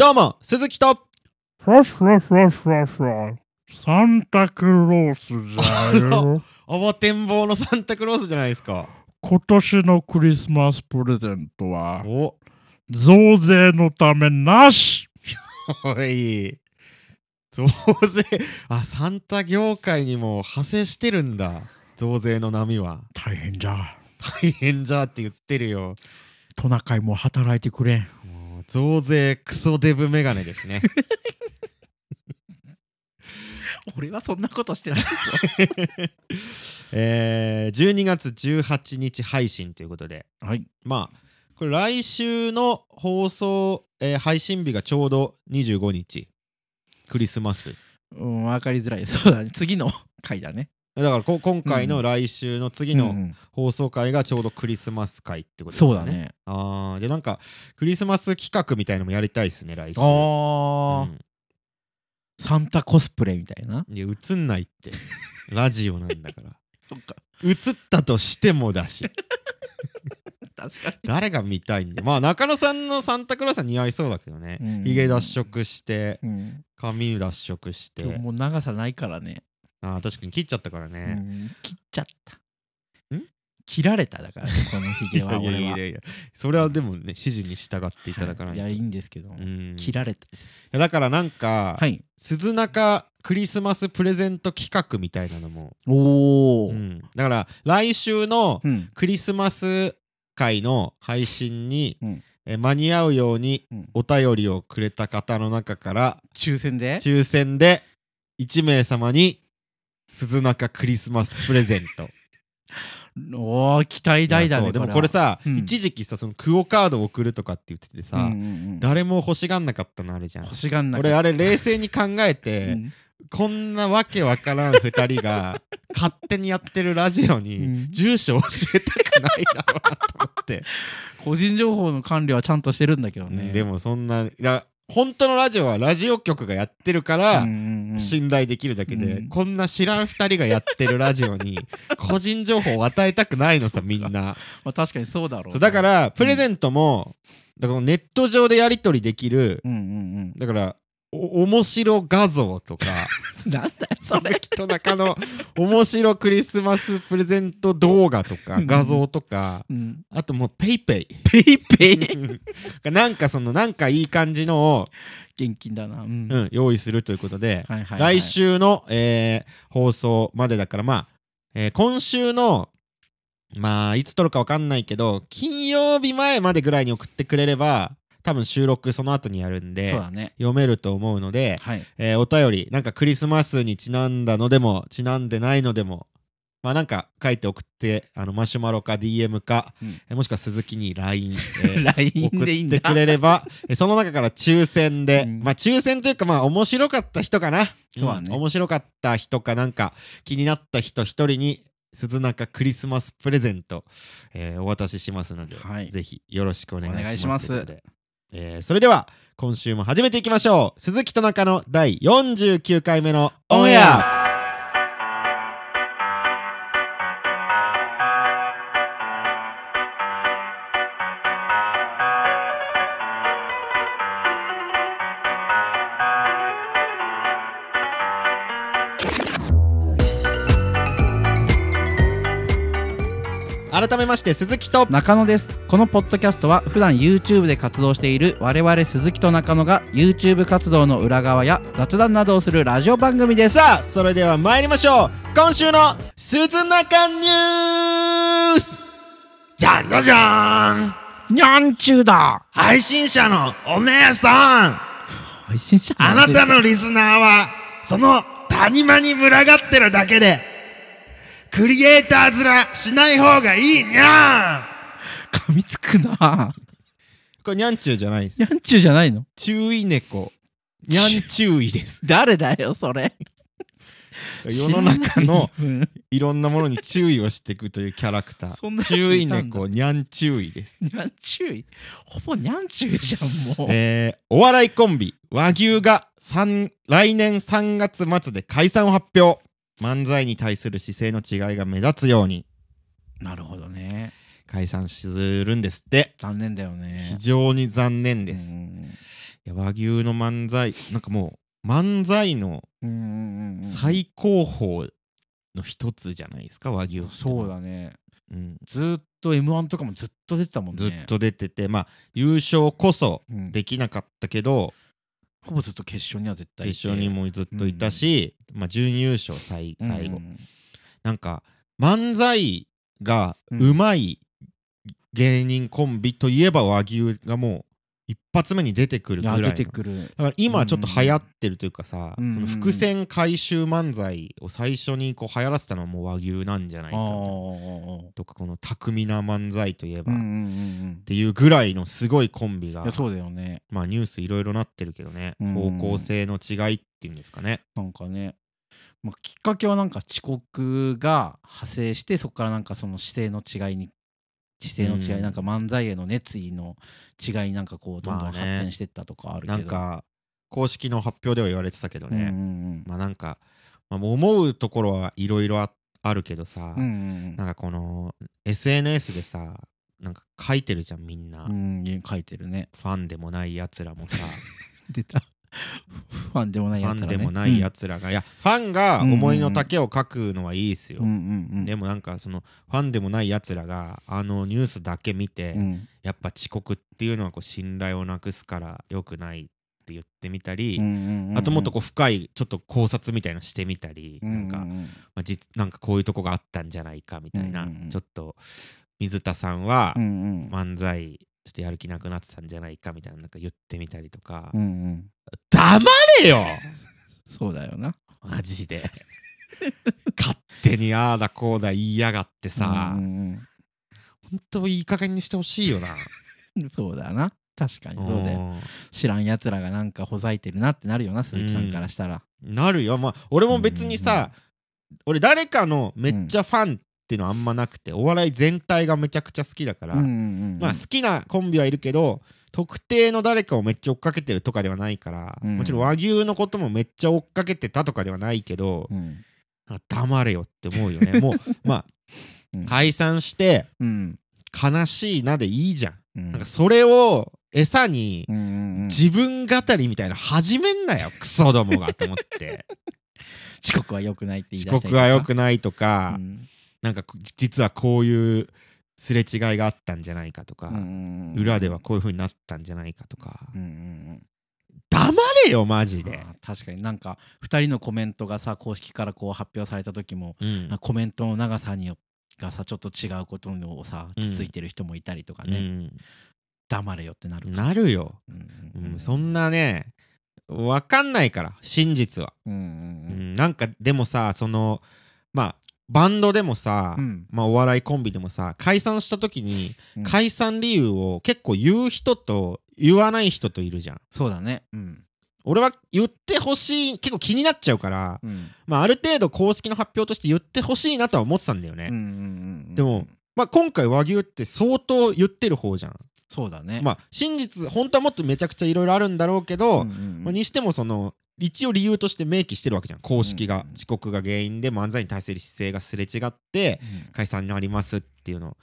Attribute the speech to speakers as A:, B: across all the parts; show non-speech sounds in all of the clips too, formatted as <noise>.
A: どうも、鈴木と。
B: ふわふわふわふわふわ。サンタクロースじゃよ。
A: <laughs> おてんぼうのサンタクロースじゃないですか。
B: 今年のクリスマスプレゼントは、
A: お、
B: 増税のためなし
A: おい。増税、あ、サンタ業界にも派生してるんだ。増税の波は。
B: 大変じゃ。
A: 大変じゃって言ってるよ。
B: トナカイも働いてくれん。
A: もう増税クソデブメガネですね。
B: 俺はそんなことしてない。
A: えー、12月18日配信ということで、
B: はい。
A: まあ、これ来週の放送、えー配信日がちょうど25日。クリスマス。
C: うん、わかりづらい。そうだね。次の回だね。
A: だからこ今回の来週の次
C: う
A: の
C: ん
A: 放送回がちょうどクリスマス回ってことですね。
C: そうだ。ね。
A: ああ、でなんかクリスマス企画みたいのもやりたいですね来週。
C: ああ、
A: う
C: サンタコスプレみたいな。
A: ん、いや映んないってラジオなんだから。
C: そっか。
A: 映ったとしてもだし、
C: 確か
A: 誰が見たいんで、まあ中野さんのサンタクロースは似合いそうだけどね。
C: に
A: ひげ脱。色して、
C: うん。
A: 髪脱色し
C: 今日
A: て、
C: もう長さないからね。
A: ああ確かに切っちゃったから
C: う
A: ね。
C: ん、切っちゃった。
A: ん
C: 切られただからね、このひげは
A: い
C: 俺
A: や。
C: はい
A: やいやいや、それはでもね指示に従っていただかないと。
C: はいや、いいんですけど。
A: うん
C: 切られた。
A: いやだからなんか、
C: はい。
A: 鈴中クリスマスプレゼント企画みたいなのも、
C: おお。
A: う
C: うん。
A: んだから来週の
C: うん。
A: クリスマス会の配信に、
C: うん
A: え間に合うように
C: うん
A: お便りをくれた方の中から
C: 抽選で
A: 抽選で1名様に鈴中クリスマスプレゼント
C: おお、期待 <laughs> 大だ
A: いやそ
C: ね。
A: うでもこれ
C: は、
A: さ、
C: うん
A: 一時期さそのクオ・カードを送るとかって言っててさ、
C: うんうんうん
A: 誰も欲しがんなかったのあれじゃん
C: 欲しがんなかっ
A: 俺
C: た
A: あれ冷静に考えて、
C: うん
A: こんなわけわからん2人が勝手にやってるラジオに
C: うん
A: 住所教えたくないだろうなと思って、
C: 個人情報の管理はちゃんとしてるんだけど <laughs> ね。
A: でもそんないや本当のラジオはラジオ局がやってるか
C: う
A: ら
C: んうんうん
A: 信頼できるだけで、
C: うん
A: こんな知らん2人がやってるラジオ
C: <laughs>
A: に個人情報を与えたくないのさみんな
C: まあ、確かにそうだろうな
A: そうだか、らプレゼントも、だからネット上でやり取りできる
C: うんうん
A: だからお面白画像とか
C: うん。なんだよ、それ。
A: 鈴木と中の面白クリスマスプレゼント動画とか
C: うん
A: 画像とか
C: うん。
A: あともうペイペ
C: ペイペイ。
A: イなんかそのなんかいい感じのを、
C: 現金だな。うん。
A: う
C: はい
A: ん、用意するということで
C: はいはい、
A: 来。週の、えー放送までだからまあ、えー今週のまあいつ撮るか分かんないけど金曜日前までぐらいに送ってくれれば多分収録その後にやるんで
C: そうだね。
A: 読めると思うので、
C: はい。 <laughs>
A: えーお便りなんかクリスマスにちなんだのでもちなんでないのでもまあなんか書いて送ってあのマシュマロか DM か、
C: うん
A: えーもしくは鈴木に LINE、えー
C: LINE
A: 送っ
C: でいいん
A: て
C: だ。
A: くれれ
C: <laughs>
A: ばえーその中から抽選で、
C: うん
A: まあ抽選というかまあ面白かった人かな
C: そうだね
A: ん面白かった人かなんか気になった人一人に鈴中クリスマスプレゼント、えーお渡ししますので、
C: はい
A: ぜひよろしくお願いします
C: お願いします
A: ということでえーそれでは今週も始めていきましょう鈴木と中の第49回目のオンエア改めまして鈴木と
C: 中野ですこのポッドキャストは普段 YouTube で活動している我々鈴木と中野が YouTube 活動の裏側や雑談などをするラジオ番組です
A: さあそれでは参りましょう今週の鈴中ニュースじゃんじゃじゃーん
C: にゃんちゅうだ
A: 配信者のお姉さん
C: 配信者
A: あなたのリスナーは、その谷間に群がってるだけで、クリエイター面しない方がいいにゃん
C: 噛みつくな
A: これにゃんちゅうじゃないです。
C: にゃんちゅうじゃないの
A: 注意猫。にゃん注意です。
C: 誰だよそれ
A: 世の中の
C: 知らない
A: いろんなものに注意をしていくというキャラク <laughs> タ
C: そんな
A: ー。
C: やついたんだ
A: 注意猫、にゃん注意です。
C: にゃんちゅういほぼにゃんちゅうじゃんもう、
A: えー、お笑いコンビ和牛が三来年3月末で解散を発表漫才に対する姿勢の違いが目立つように
C: なるほどね
A: 解散するんですって
C: 残念だよ
A: 非
C: ね
A: 常に残念です、
C: うん
A: や和牛の漫才なんかもう漫才の
C: うんうんうん
A: 最高峰の一つじゃないですか和牛って
C: そう、だね
A: うん、
C: ずーっと m 1とかもずっと出てたもんね
A: ずっと出てて、まあ優勝こそ
C: うん
A: できなかったけど
C: ほぼずっと決勝には絶対いて
A: 決勝にもずっといたし、まあ準優勝最
C: うん
A: 最後、
C: うん
A: なんか漫才がうまい芸人コンビといえば和牛がもう一発目に出てくる
C: い
A: ぐら
C: や
A: いの
C: 出てくる
A: だから今ちょっと流行ってるというかさ、
C: うん
A: その伏線回収漫才を最初にこう流行らせたのはもう和牛なんじゃない
C: あ
A: か
C: あああああ
A: とかこの巧みな漫才といえば、
C: うんう
A: っ
C: んうん
A: ていうぐらいのすごいコンビ
C: う
A: が
C: んいやそうだよね
A: まあニュースいろいろなってるけどね、
C: うん
A: 方向性の違いっていうんですかね
C: なんかね、まあ、きっかけはなんか遅刻が派生してそこからなんかその姿勢の違いに姿勢の違い、
A: うん
C: なんか漫才への熱意の違いになんかこうどんど
A: まあ
C: ん
A: ね
C: 発展してったとかあるけど、
A: なんか公式の発表では言われてたけど
C: うんう
A: ね、
C: ん
A: まあなんか、まあ、思うところはいろいろああるけどさ、
C: うんうん
A: なんかこの SNS でさなんか書いてるじゃんみんな、
C: うんうんうん書いてるね
A: ファンでもないやつらもさ
C: <laughs> 出た <laughs> ファンでもない
A: フ
C: や
A: ァ
C: つら、ね、
A: ンでもないやつらが、いやファンが思いの丈を書くのはいいですよ、
C: うんうんうん
A: でもなんかそのファンでもないやつらがあのニュースだけ見て、
C: うん
A: やっぱ遅刻っていうのはこう信頼をなくすから良くないって言ってみたり、
C: うんうんうん
A: あともっとこう深いちょっと考察みたいなのしてみたり、
C: うんう
A: な
C: ん
A: んか、ま
C: うん
A: あ、じなんかこういうとこがあったんじゃないかみたいな、
C: うんうんうん
A: ちょっと水田さんは
C: うんうん
A: 漫才ちょっとやる気なくなってたんじゃないかみたいななんか言ってみたりとか、
C: うんうん
A: 黙れ
C: <laughs>
A: よ
C: そうだよな
A: マジで勝手にああだこうだ言いやがってさ、
C: う
A: ほん
C: ん
A: といい加減にしてほしいよな
C: うんうんそうだな確かに <laughs> そうだよ
A: ん
C: 知らんやつらがなんかほざいてるなってなるよな鈴木さんからしたら、
A: なるよまあ俺も別にさ、俺誰かのめっちゃファンっていうのはあんまなくて、お笑い全体がめちゃくちゃ好きだから、
C: うんうんうん
A: まあ好きなコンビはいるけど特定の誰かをめっちゃ追っかけてるとかではないから、
C: うん
A: もちろん和牛のこともめっちゃ追っかけてたとかではないけど
C: う、ん
A: あ黙れよって思うよねもう
C: <laughs>
A: ま
C: うん
A: あ解散して
C: うん
A: 悲しいなでいいじゃん、
C: うん
A: なんかそれを餌に
C: うんうんうん
A: 自分語りみたいなの始めんなよクソどもがと思って。
C: 遅刻は良くない <laughs> って言い出
A: 遅刻は良くないと
C: な
A: か、
C: いうん
A: なんかこ実はこういうすれ違いがあったんじゃないかとか、
C: うんうん
A: 裏ではこういう風になったんじゃないかとか、
C: うんうん
A: 黙れよマジ
C: うん
A: で
C: あ、ー確かになんか2人のコメントがさ公式からこう発表された時も、
A: うん
C: コメントの長さによがさちょっと違うことをさ
A: う
C: つ
A: ん
C: ついてる人もいたりとかね、黙れよってな
A: う
C: る
A: ん
C: か
A: なるよ、
C: うん
A: う
C: うんんうん
A: そんなね分かんないから真実は、
C: うんう
A: うんんなんかでもさそのまあバンドでもさ、
C: うん
A: まあ、お笑いコンビでもさ解散した時に
C: うん
A: 解散理由を結構言う人と言わない人といるじゃん。
C: そうだねうん
A: 俺は言ってほしい結構気になっちゃうから、
C: うん
A: まあ、ある程度公式の発表として言ってほしいなとは思ってたんだよね、
C: うんうんうんうん
A: でもまあ、今回和牛って相当言ってる方じゃん、
C: そうだね
A: まあ、真実本当はもっとめちゃくちゃいろいろあるんだろうけど、
C: うんうんうん
A: まあにしてもその一応理由として明記してるわけじゃん公式が、
C: うん
A: 遅刻が原因で漫才に対する姿勢がすれ違って
C: うん
A: 解散になりますっていうの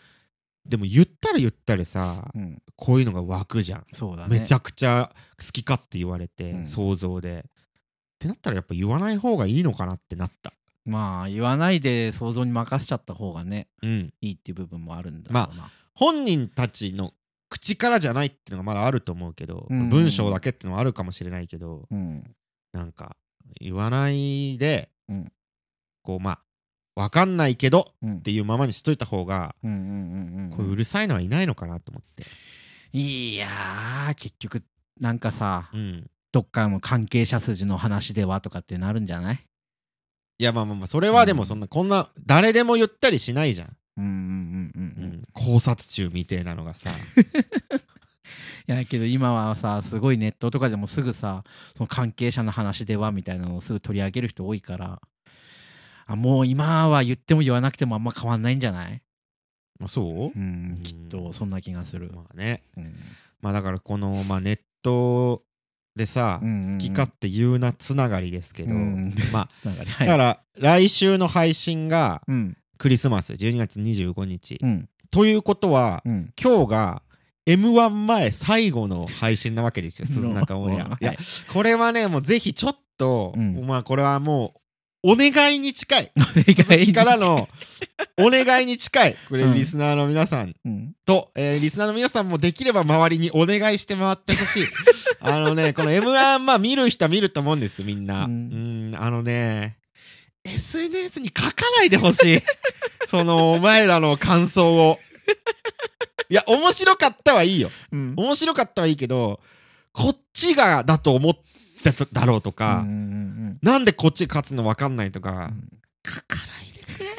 A: でも言ったら言ったらさ
C: うん
A: こういうのが湧くじゃん
C: そうだね
A: めちゃくちゃ好き勝手言われて、
C: うん
A: 想像でってなったらやっぱ言わない方がいいのかなってなった
C: まあ言わないで想像に任せちゃった方がね
A: うん
C: いいっていう部分もあるんだろうな、
A: 本人たちの口からじゃないっていうのがまだあると思うけど、
C: うん
A: 文章だけっていうのはあるかもしれないけど
C: うん
A: なんか言わないで、
C: うん
A: こうまあ分かんないけど
C: うん
A: っていうままにしといた方が、
C: うんうんうんうん
A: こういううるさいのはいないのかなと思って、
C: いやー結局なんかさ、
A: うん、
C: どっかの関係者筋の話ではとかってなるんじゃない
A: いやまあまあまあそれはでもそんなこんな誰でも言ったりしないじゃん、
C: うんうんうん
A: う
C: うんんうん
A: 考察中みてえなのが
C: <laughs>
A: さ
C: いやけど今はさすごいネットとかでもすぐさその関係者の話ではみたいなのをすぐ取り上げる人多いからあもう今は言っても言わなくてもあんま変わんないんじゃない
A: まあそう
C: うん
A: うん
C: きっとそんな気がする、
A: まあね
C: うん
A: まあだからこの、まあ、ネットでさ、
C: うんうんうん
A: 好き勝手言うなつながりですけど、
C: うん
A: ま
C: なんか <laughs> ねは
A: あ
C: い
A: だから来週の配信が
C: うん
A: クリスマス12月25日、
C: うん
A: ということは
C: うん
A: 今日が m 1前最後の配信なわけです
C: <laughs>
A: よ、鈴中オンエ
C: は
A: ア。
C: い
A: いや、これはね、もうぜひちょっと、
C: うん
A: まあこれはもう、お願いに近い、鈴
C: 鈴
A: 木から、のお願いに近い、これ、
C: うん
A: リスナーの皆さん
C: うん、
A: と、えーリスナーの皆さんもできれば周りにお願いして回ってほ
C: <laughs>
A: しい。あのね、この M1、まあ見る人は見ると思うんです、みんな。う、
C: うん
A: あのね、SNS に書かないでほ
C: <laughs>
A: しい。その、お前らの感想を。いや、面白かったはいいよ。
C: うん
A: 面白かったはいいけど、こっちがだと思ってただろうと
C: う
A: か
C: ん、うん
A: なんでこっち勝つの分かんないと
C: う
A: か、
C: ん
A: 書かないでくれ。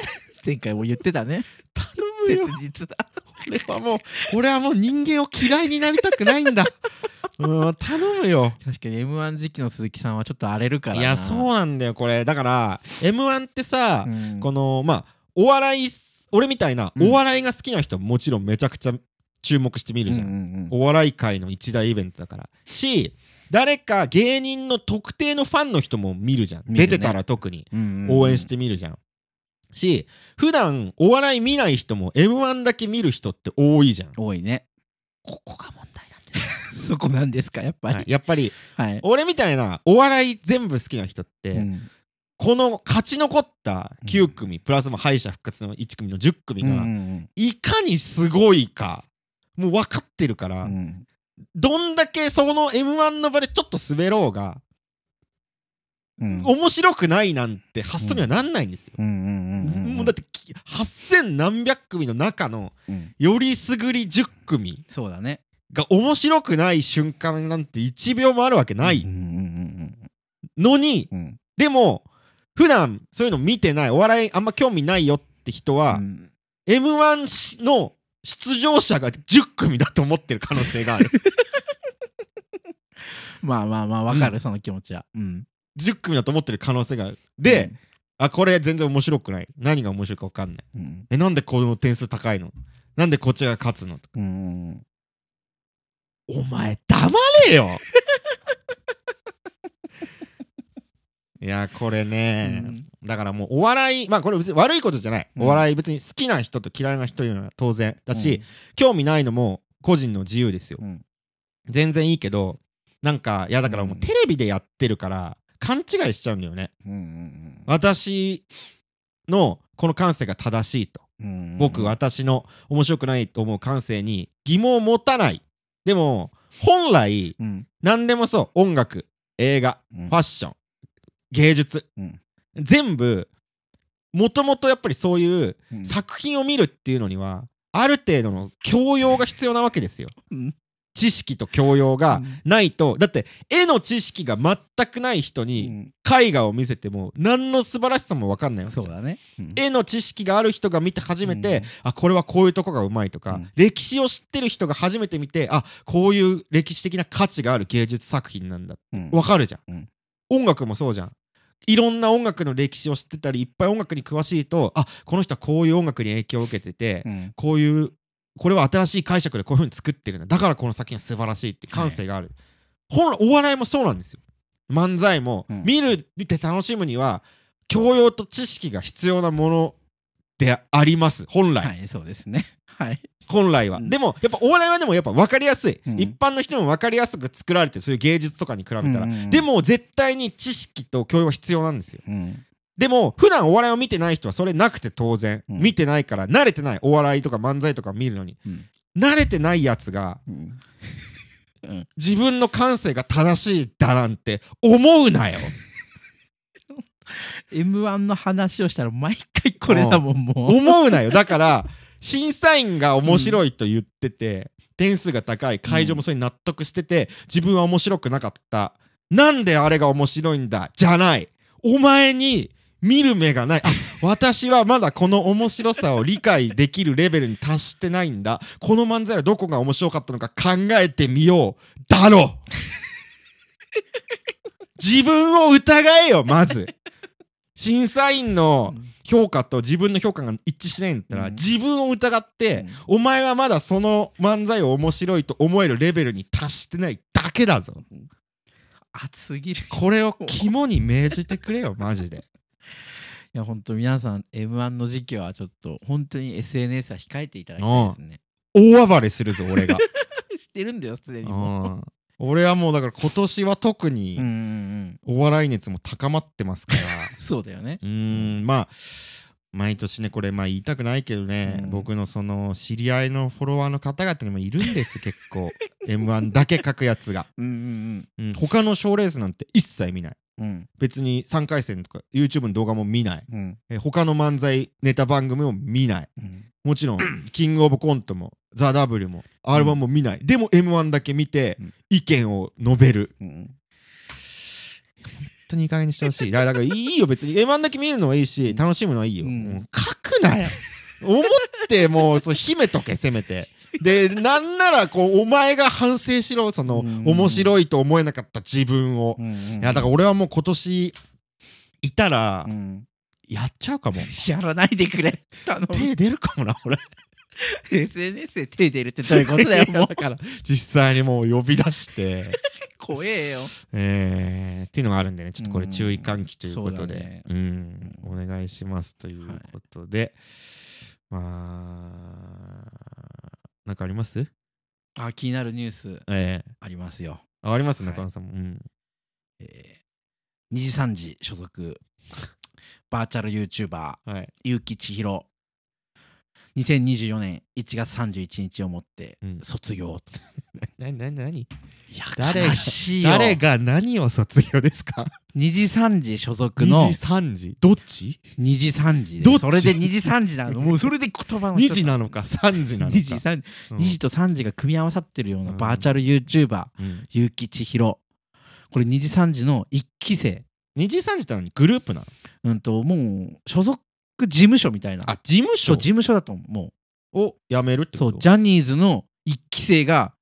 C: 前回も言ってたね
A: 頼む
C: 切
A: よ。
C: 実だ
A: 俺はもう俺はもう人間を嫌いになりたくないんだうん頼むよ
C: 確かに m 1時期の鈴木さんはちょっと荒れるから
A: い
C: な
A: やそうなんだよこれだから m 1ってさ、
C: うん
A: このまあお笑い俺みたいな
C: うん
A: お笑いが好きな人ももちろんめちゃくちゃ注目してみるじゃん、
C: うんうんうん
A: お笑い界の一大イベントだからし誰か芸人の特定のファンの人も見るじゃん、
C: 見る
A: 出
C: ね
A: てたら特に
C: うんうんうん
A: 応援してみるじゃん、し普段お笑い見ない人も m 1だけ見る人って多いじゃん
C: 多いね
A: ここが問題なんです
C: <laughs> そこなんですかやっぱ
A: はい
C: り
A: やっぱり
C: はい、
A: <laughs> 俺みたいなお笑い全部好きな人って、
C: うん
A: この勝ち残った9組、プラスも敗者復活の1組の10組
C: うんう
A: が、
C: ん
A: いかにすごいかもう分かってるから、
C: うん
A: どんだけその m 1の場でちょっと滑ろうが、
C: うん
A: 面白くないなんて発想にはなんないんですよ。
C: うんうんうんうん
A: もうだってき8,000何百組の中の
C: うん
A: よりすぐり10組
C: そうだね
A: が面白くない瞬間なんて1秒もあるわけな
C: う
A: い
C: んうん
A: のに
C: うんうんうん
A: でも普段そういうの見てないお笑いあんま興味ないよって人は、
C: うん
A: m 1の出場者が10組だと思ってる可能性があ
C: <laughs>
A: る
C: まあまあまあわかる、その気持ちはうん
A: 10組だと思ってる可能性があるで、あこれ全然面白くない何が面白いか分かんない
C: うん
A: えなんでこの点数高いのなんでこっちが勝つの
C: うんうんうん
A: お前黙れ
C: <laughs>
A: よいやこれね、だからもうお笑いまあこれ別に悪いことじゃない、
C: うん
A: お笑い別に好きな人と嫌いな人というのは当然だし、興味ないのも個人の自由ですよ、
C: うん
A: 全然いいけどなんかいやだからもううんテレビでやってるから勘違いしちゃうんだよね
C: うんうん
A: 私のこの感性が正しいと、
C: うんうん
A: 僕私の面白くないと思う感性に疑問を持たないでも本来
C: うん
A: 何でもそう音楽映画
C: うん
A: ファッション芸術、
C: うん
A: 全部もともとやっぱりそういう
C: うん
A: 作品を見るっていうのにはある程度の教養が必要なわけですよ。
C: うん
A: 知識と教養が
C: うん
A: ないとだって絵の知識が全くない人
C: う
A: に
C: ん
A: 絵画を見せても何の素晴らしさも分かんないわけ
C: そ
A: じ
C: う
A: ゃん
C: だねうん
A: 絵の知識がある人が見て初めて、
C: うん
A: あこれはこういうとこがうまいとか、
C: うん
A: 歴史を知ってる人が初めて見てあこういう歴史的な価値がある芸術作品なんだ
C: うん
A: わかるじゃん、
C: うん
A: 音楽もそうじゃんいろんな音楽の歴史を知ってたりいっぱい音楽に詳しいとあこの人はこういう音楽に影響を受けてて、
C: うん
A: こういうこれは新しい解釈でこういう風に作ってるんだだからこの作品は素晴らしいって感性がある、本来お笑いもそうなんですよ漫才も、
C: うん
A: 見る見て楽しむには教養と知識が必要なものであります本来、
C: はいそうですね <laughs> はい
A: 本来は、
C: うん
A: でもやっぱお笑いはでもやっぱ分かりやすい、
C: うん
A: 一般の人にも分かりやすく作られてるそういう芸術とかに比べたら、
C: うんうんうん
A: でも絶対に知識と教養は必要なんですよ
C: うん
A: でも普段お笑いを見てない人はそれなくて当然、
C: うん
A: 見てないから慣れてないお笑いとか漫才とか見るのに
C: うん
A: 慣れてないやつが
C: うん
A: 自分の感性が正しいだなんて思うなよ
C: M1 の話をしたら毎回これだもんもう
A: 思うなよだから審査員が面白いと言ってて、点数が高い会場もそれに納得してて自分は面白くなかったなんであれが面白いんだじゃないお前に見る目がないあ私はまだこの面白さを理解できるレベルに達してないんだこの漫才はどこが面白かったのか考えてみようだろ自分を疑えよまず審査員の評価と自分の評価が一致しないんだったら、
C: うん
A: 自分を疑って、お前はまだその漫才を面白いと思えるレベルに達してないだけだぞ
C: 熱すぎる
A: これを肝に銘じてく
C: <laughs>
A: れよマジで
C: いや本当皆さん M1 の時期はちょっと本当に SNS は控えていただきたいですね。 <laughs>
A: 大暴れするぞ俺が
C: してるんだよすでにも
A: うん俺はもうだから今年は特
C: う、うんうん
A: に
C: うん、
A: お笑い熱も高まってます
C: <laughs>
A: から
C: そうだよね
A: うーんまあ毎年ねこれまあ言いたくないけどね、
C: うん
A: 僕のその知り合いのフォロワーの方々にもいるんです結構 m 1だけ書くやつが、
C: うんうん
A: うん、他の賞ーレースなんて一切見ない
C: うんうん
A: 別に3回戦とか YouTube の動画も見ない
C: うん
A: え他の漫才ネタ番組も見ない
C: うん
A: もちろ <clears throat> んキングオブコントもザ・ W も r 1も見ない、でも m 1だけ見て
C: うん
A: 意見を述べる
C: うん
A: <laughs> 本当にいい加減にしてほしいだからだからいいよ別に m 1だけ見るのはいいし楽しむのはいいよ、
C: うん
A: もう書くなよ思ってもうそう秘めとけせめてでなんならこうお前が反省しろその
C: うん
A: 面白いと思えなかった自分を、
C: うん
A: いやだから俺はもう今年いたら
C: うん
A: やっちゃう
C: <laughs>
A: かも、
C: やらないでくれ頼む
A: 手出るかもな俺
C: SNS で手出るってどういうことだよ
A: いや
C: もう
A: だから実際にもう呼び出して <laughs>
C: 怖えよ
A: えーっていうのがあるんでね、ちょっとこれ
C: うん
A: 注意喚起ということで、
C: そうだね
A: うん、お願いしますということで、まあ、なんかあります
C: あ気になるニュース
A: え
C: ありますよ
A: ーああります、
C: はい
A: 中野さんも。うん、
C: えー、2時3時所属バーチャル YouTuber
A: はい。
C: 結城千尋2024年1月31日をもって
A: うん
C: 卒業、
A: な、な、なに
C: いや
A: 誰が
C: 悲しいよ
A: 誰が何を卒業ですか
C: 2時3時所属
A: ?2
C: の
A: 時、3時どっち
C: 2時3時で
A: どっち
C: それで2時3
A: <laughs>
C: 時なのもうそれで言葉の
A: ?2 時なのか3時なのか。
C: 2時3時
A: うん
C: 2時と3時が組み合わさってるような
A: うん
C: バーチャル YouTuber
A: うん
C: 結城千尋これ2時3時の1期生
A: 2時3時ってのにグループなの
C: うんともう所属事務所みたいな
A: あ、事務
C: そ
A: 所
C: う事務所だと思うもう
A: を辞めるって
C: そ
A: こ
C: う
A: と
C: ジャニーズの一期生が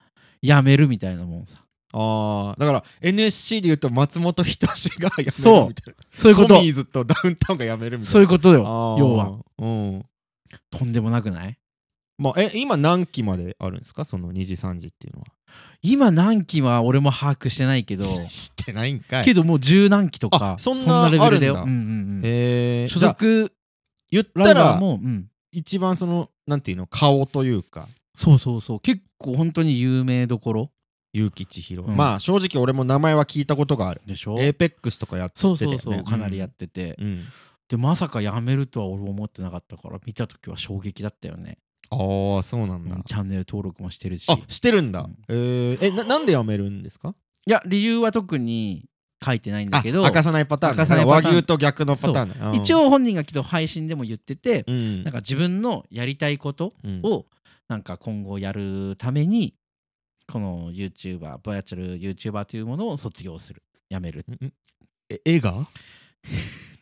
C: 辞めるみたいなもんさ
A: ああ、だから NSC で言うと松本人志が辞めるみたい
C: そ
A: な
C: う。そういうこ
A: ト
C: と
A: ミーズとダウンタウンが辞めるみたいな。
C: そういうことよ
A: あー
C: 要は。
A: うん。
C: とんでもなくない
A: まあ、え、今何期まであるんですかその2時3時っていうの
C: 今何期は俺も把握してないけど
A: は。知ってないんかい。
C: けどもう十何期とか
A: あそんな
C: レベルだよ
A: あ
C: う
A: る
C: んうんうん
A: えー、
C: 所
A: じゃあ
C: 属
A: 言っ
C: ラ
A: た
C: イバー
A: ら、
C: もうん
A: 一番その、なんていうの、顔というか、
C: そうそうそう結構本当に有名どころ
A: 結城千尋。
C: うん
A: まあ、正直俺も名前は聞いたことがある。
C: でしょ
A: エーペックスとかやってた
C: そ
A: よね。
C: うそうそうかなりやっ
A: って
C: て
A: た。うん。
C: でまさか辞めるとは俺も思ってなかったから見た時は衝撃だったよね
A: ああ、そうなんだ
C: うん。チャンネル登録もしてるし
A: あ、してるんだ。
C: うん
A: えーえな、なんで辞めるんですか
C: いや理由は特に書いてないんだけど
A: あ明かさないパターンね
C: 明かさないパターン
A: 和牛と逆のパターンねうん
C: 一応本人が昨日配信でも言ってて、
A: うん
C: なんか自分のやりたいこと
A: うん
C: をなんか今後やるためにこの YouTuber バーチャル YouTuber というものを卒業するやめる
A: え絵が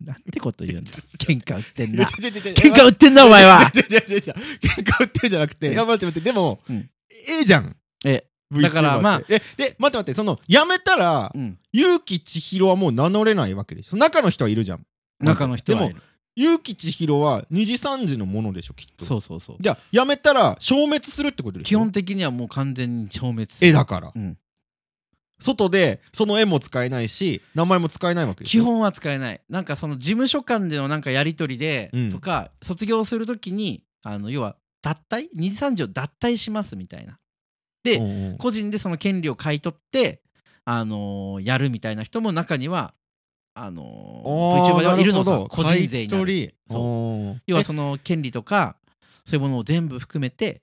C: なんてこと <laughs> 言うんだ喧嘩売ってん
A: いや
C: な
A: 違う違う違う
C: <laughs> 喧嘩売ってんなお前は
A: 違う違う違う違う喧嘩売ってるじゃなくていや待って待ってでも
C: うん
A: 絵じゃん
C: え、
A: VTuber
C: だからまあ
A: ってえで待って待ってそのやめたら
C: うん、
A: 結城千尋はもう名乗れないわけでしょ中の人はいるじゃん
C: 中の人は
A: で
C: い
A: も
C: る
A: 結城千尋は二次三次のものでしょきっと
C: そうそうそう
A: じゃあやめたら消滅するってことでしょ
C: 基本的にはもう完全に消滅する
A: 絵だから
C: うん
A: 外でその絵も使えないし名前も使えないわけでし
C: 基
A: ょ
C: 本は使えないなんかその事務所間でのなんかやり取りで
A: うん
C: とか、卒業するときにあの要は脱退二次三次を脱退しますみたいなで
A: うんうん
C: 個人でその権利を買い取って、あのーやるみたいな人も中にはあの
A: あー
C: ー VTuber ではいるの
A: な
C: さ
A: ほど
C: 個人勢になる
A: 買い取り
C: そう
A: おー
C: 要
A: え
C: はその権利とかそういうものを全部含めて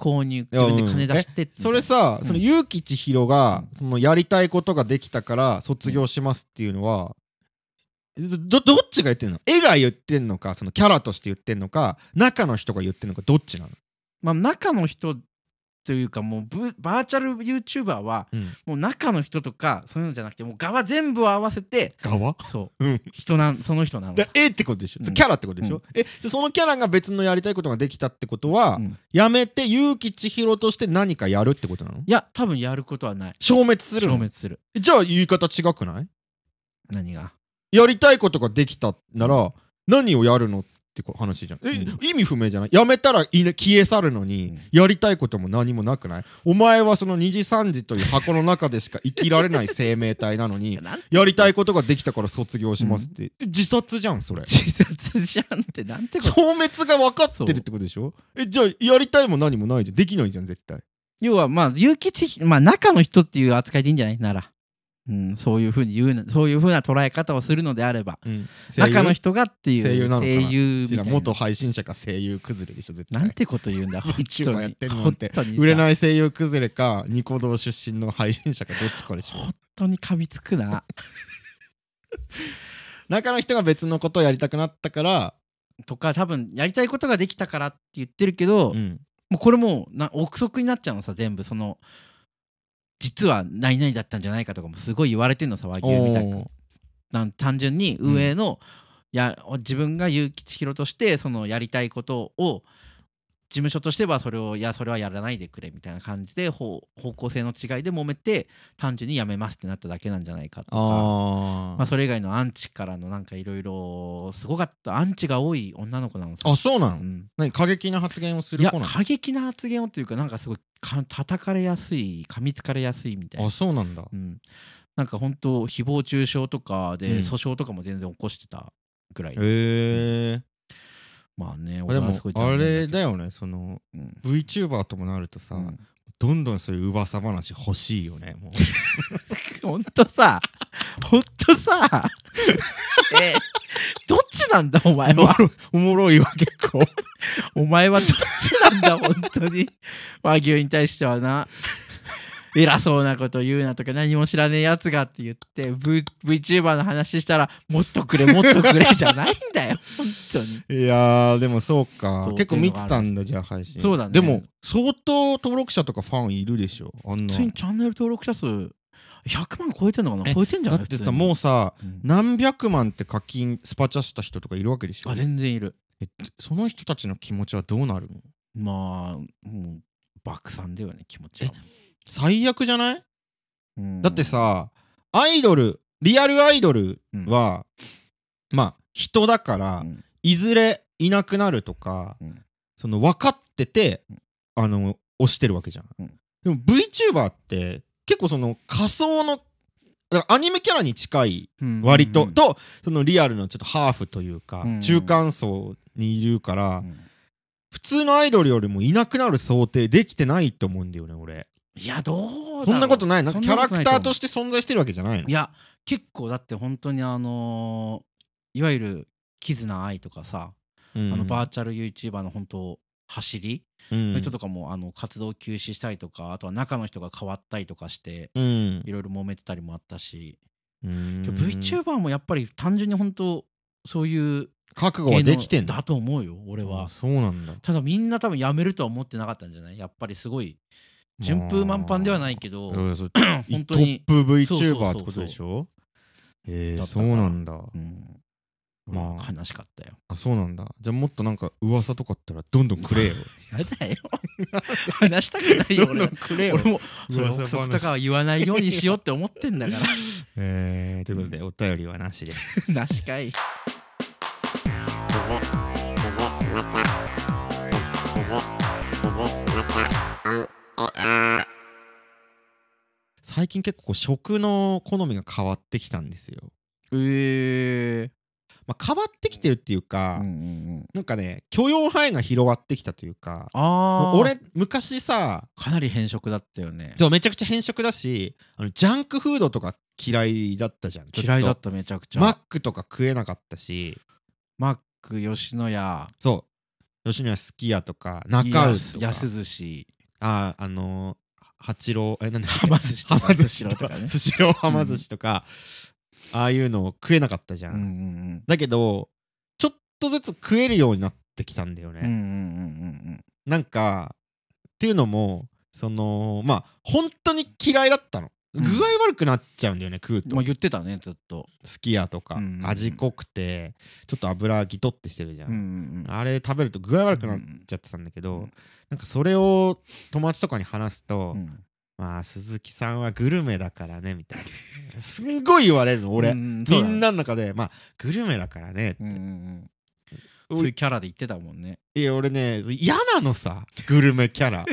C: 購入
A: や
C: 自分で金出してって
A: それさ、
C: うん
A: その結城千尋が、
C: う
A: そのやりたいことができたから卒業しますっていうのは、どどっちが言ってんの絵が言ってんのかそのキャラとして言ってんのか中の人が言ってんのかどっちなの、
C: まあ、中の人というかもうブバーチャル YouTuber はもう中の人とかそういうのじゃなくてもう側全部を合わせて
A: 側
C: そう、
A: うん
C: 人なんその人なの
A: だ絵ってことでしょ、
C: うん
A: キャラってことでしょ、
C: うん
A: えじゃそのキャラが別のやりたいことができたってことは、
C: うん
A: やめて結城千尋として何かやるってことなの
C: いや多分やることはない
A: 消滅する
C: 消
A: の
C: 滅する
A: じゃあ言い方違くない
C: 何が
A: やりたいことができたなら何をやるのってこう話じゃん、え
C: うん
A: 意味不明じゃないやめたらいな消え去るのに、やりたいことも何もなくないお前はその二次三次という箱の中でしか生きられない生命体なの
C: い
A: に
C: <laughs> やなん
A: やりたいことができたから卒業しますって、で <laughs> 自殺じゃんそれ
C: 自殺じゃんってなんてこと
A: 消滅が分かってるってことでしょえじゃあやりたいも何もないじゃんできないじゃん絶対
C: 要はまあ結城千尋まあ中の人っていう扱いでいいんじゃないなら、うん、そういうふうに言うなそういうふうな捉え方をするのであれば
A: うん声優
C: 中の人がっていう
A: 声優なのかな
C: 声優み
A: 知ら
C: た
A: ん
C: いな
A: 元配信者か声優崩れでしょ絶対
C: なんてこと言う
A: <laughs>
C: んだ本当
A: YouTuber やっ
C: に
A: てんのなん
C: 本
A: て
C: 当に
A: 売れ
C: い
A: ない声優崩れかニコ動出身の配信者かどっちかでしょ
C: <laughs> 本当に噛みつくな
A: 中の人が別のことをやりたくなったから、
C: とか多分やりたいことができたからって言ってるけど、
A: うん
C: もうこれもうな憶測になっちゃうのさ全部その実は何々だったんじゃないかとかもすごい言われてんのさ和牛みたい
A: おー
C: くなん単純に
A: うん
C: 上の、や自分が結城千尋としてそのやりたいことを事務所としてはそれをいやそれはやらないでくれみたいな感じで方方向性の違いで揉めて単純にやめますってなっただけなんじゃないかとか。
A: あ
C: まあ、それ以外のアンチからのなんかいろいろすごかったアンチが多い女の子なのさ
A: あ、あそうなの、
C: うん
A: 何過激な発言をす
C: い
A: る
C: や
A: 子な
C: 過激な発言をというかなんかすごいか叩かれやすい噛みつかれやすいみたい
A: のあ
C: な、
A: そうなんだ
C: うん、なんか本当誹謗中傷とかで
A: うん
C: 訴訟とかも全然起こしてたぐらい、
A: へえ
C: まあね
A: で
C: 俺は
A: も
C: すごい
A: あ
C: 残
A: れだ
C: 念けど
A: よねその
C: うん、
A: VTuber ともなるとさ、
C: うん
A: どんどんそういう噂話欲しいよねもう
C: ほんとさほんと
A: <laughs>
C: さえどっちなんだお前は
A: おもろいわ結構
C: <laughs> お前はどっちなんだ本当に和牛に対してはな偉そうなこと言うなとか何も知らねえやつがって言って v VTuber の話したらもっとくれもっとくれじゃないんだよ本当に
A: いやーでもそうか
C: そう
A: 結構見てたんだじゃあ配信
C: そうだね
A: でも相当登録者とかファンいるでしょあん
C: 普
A: な
C: 通にチャンネル登録者数100万超えてんのかな
A: え
C: 超えてんじゃ
A: だ
C: ない
A: ってさもうさ
C: う、うん
A: 何百万って課金スパチャした人とかいるわけでしょ
C: あ全然いる
A: その人たちの気持ちはどうなるの
C: まあもう爆散だよね気持ちは、
A: 最悪じゃない
C: うん
A: だってさアイドルリアルアイドルは、まあ人だから、
C: うん
A: いずれいなくなるとか、
C: うん
A: その分かってて、
C: うん
A: あの押してるわけじゃん、
C: うん
A: でも VTuber って結構その仮想のだからアニメキャラに近い
C: うん
A: 割と、
C: うん
A: とそのリアルのちょっとハーフというか、
C: うん
A: 中間層にいるから、
C: うん
A: 普通のアイドルよりもいなくなる想定できてないと思うんだよね俺
C: いやどうだろう
A: そんなことないなんかキャラクター
C: して
A: として存在してるわけじゃないの
C: いや結構だって本当にあのーいわゆるキズナアイとかさ、
A: うん
C: あのバーチャル YouTuber の本当走り
A: うん
C: の人とかもあの活動休止したりとかあとは中の人が変わったりとかして
A: うん
C: いろいろ揉めてたりもあったし、
A: うん
C: けど VTuber もやっぱり単純に本当そういう
A: 覚悟
C: 芸
A: は
C: 能
A: できてんの
C: だと思うよ俺
A: あ
C: は
A: そうなんだ
C: ただみんな多分やめるとは思ってなかったんじゃないやっぱりすごい順風満帆ではないけど
A: まあうんそう
C: <clears throat> 本当に
A: トップ
C: そうそうそうそう
A: VTuber ってことでしょへえ
C: だったか
A: そう
C: ら
A: なんだ
C: うん
A: ま
C: ま
A: あ
C: あ悲しかったよ
A: あそうなんだじゃあもっとなんか噂とかあったらどんどんく
C: <laughs>
A: れよ
C: やだよ話したくないよ
A: どん
C: 俺
A: ど
C: は
A: んくれよ
C: 俺もそれ
A: 噂
C: 憶
A: 話
C: 測とかは言わないようにしようって思ってん <laughs> だから
A: えーということでお便りはなしです
C: なしかい
A: 最近結構こう食の好みが変わってきたんですよ
C: ええ
A: まあ変わってきてるっていうか、
C: ん
A: なんかね許容範囲が広がってきたというか
C: ああ
A: 俺昔さ
C: かなり偏食だったよね
A: そうめちゃくちゃ偏食だしあのジャンクフードとか嫌いだったじゃんずっと
C: 嫌いだっためちゃくちゃ
A: マックとか食えなかったし
C: マック吉野家
A: そう吉野家すき家とか中
C: や
A: 尾
C: す
A: とか
C: 安寿司
A: あーあのーは八郎えなんだっけ
C: はま寿司とか
A: はま寿司と
C: と
A: か
C: かね
A: スシローはま寿司とか、ああいうのを食えなかったじゃ、
C: うんんうん
A: だけどちょっとずつ食えるようになってきたんだよね、
C: うんうんうん
A: なんかっていうのもそのまあ本当に嫌いだったの
C: うん
A: 具合悪くなっちゃうんだよね、食う
C: うん
A: と
C: まあ言ってたねずっと
A: すき家とか、
C: うん
A: 味濃くてちょっと油ギトってしてるじゃん、
C: ん
A: あれ食べると具合悪くなっちゃってたんだけど、なんかそれを友達とかに話すと、
C: うん
A: まあ鈴木さんはグルメだからねみたいな <laughs> すんごい言われるの俺、
C: うんそ
A: み
C: うだね
A: んなの中でまあグルメだからねって、
C: うんうんうんそういうキャラで言ってたもんね
A: いや俺ね嫌なのさグルメキャ
C: <laughs>
A: ラ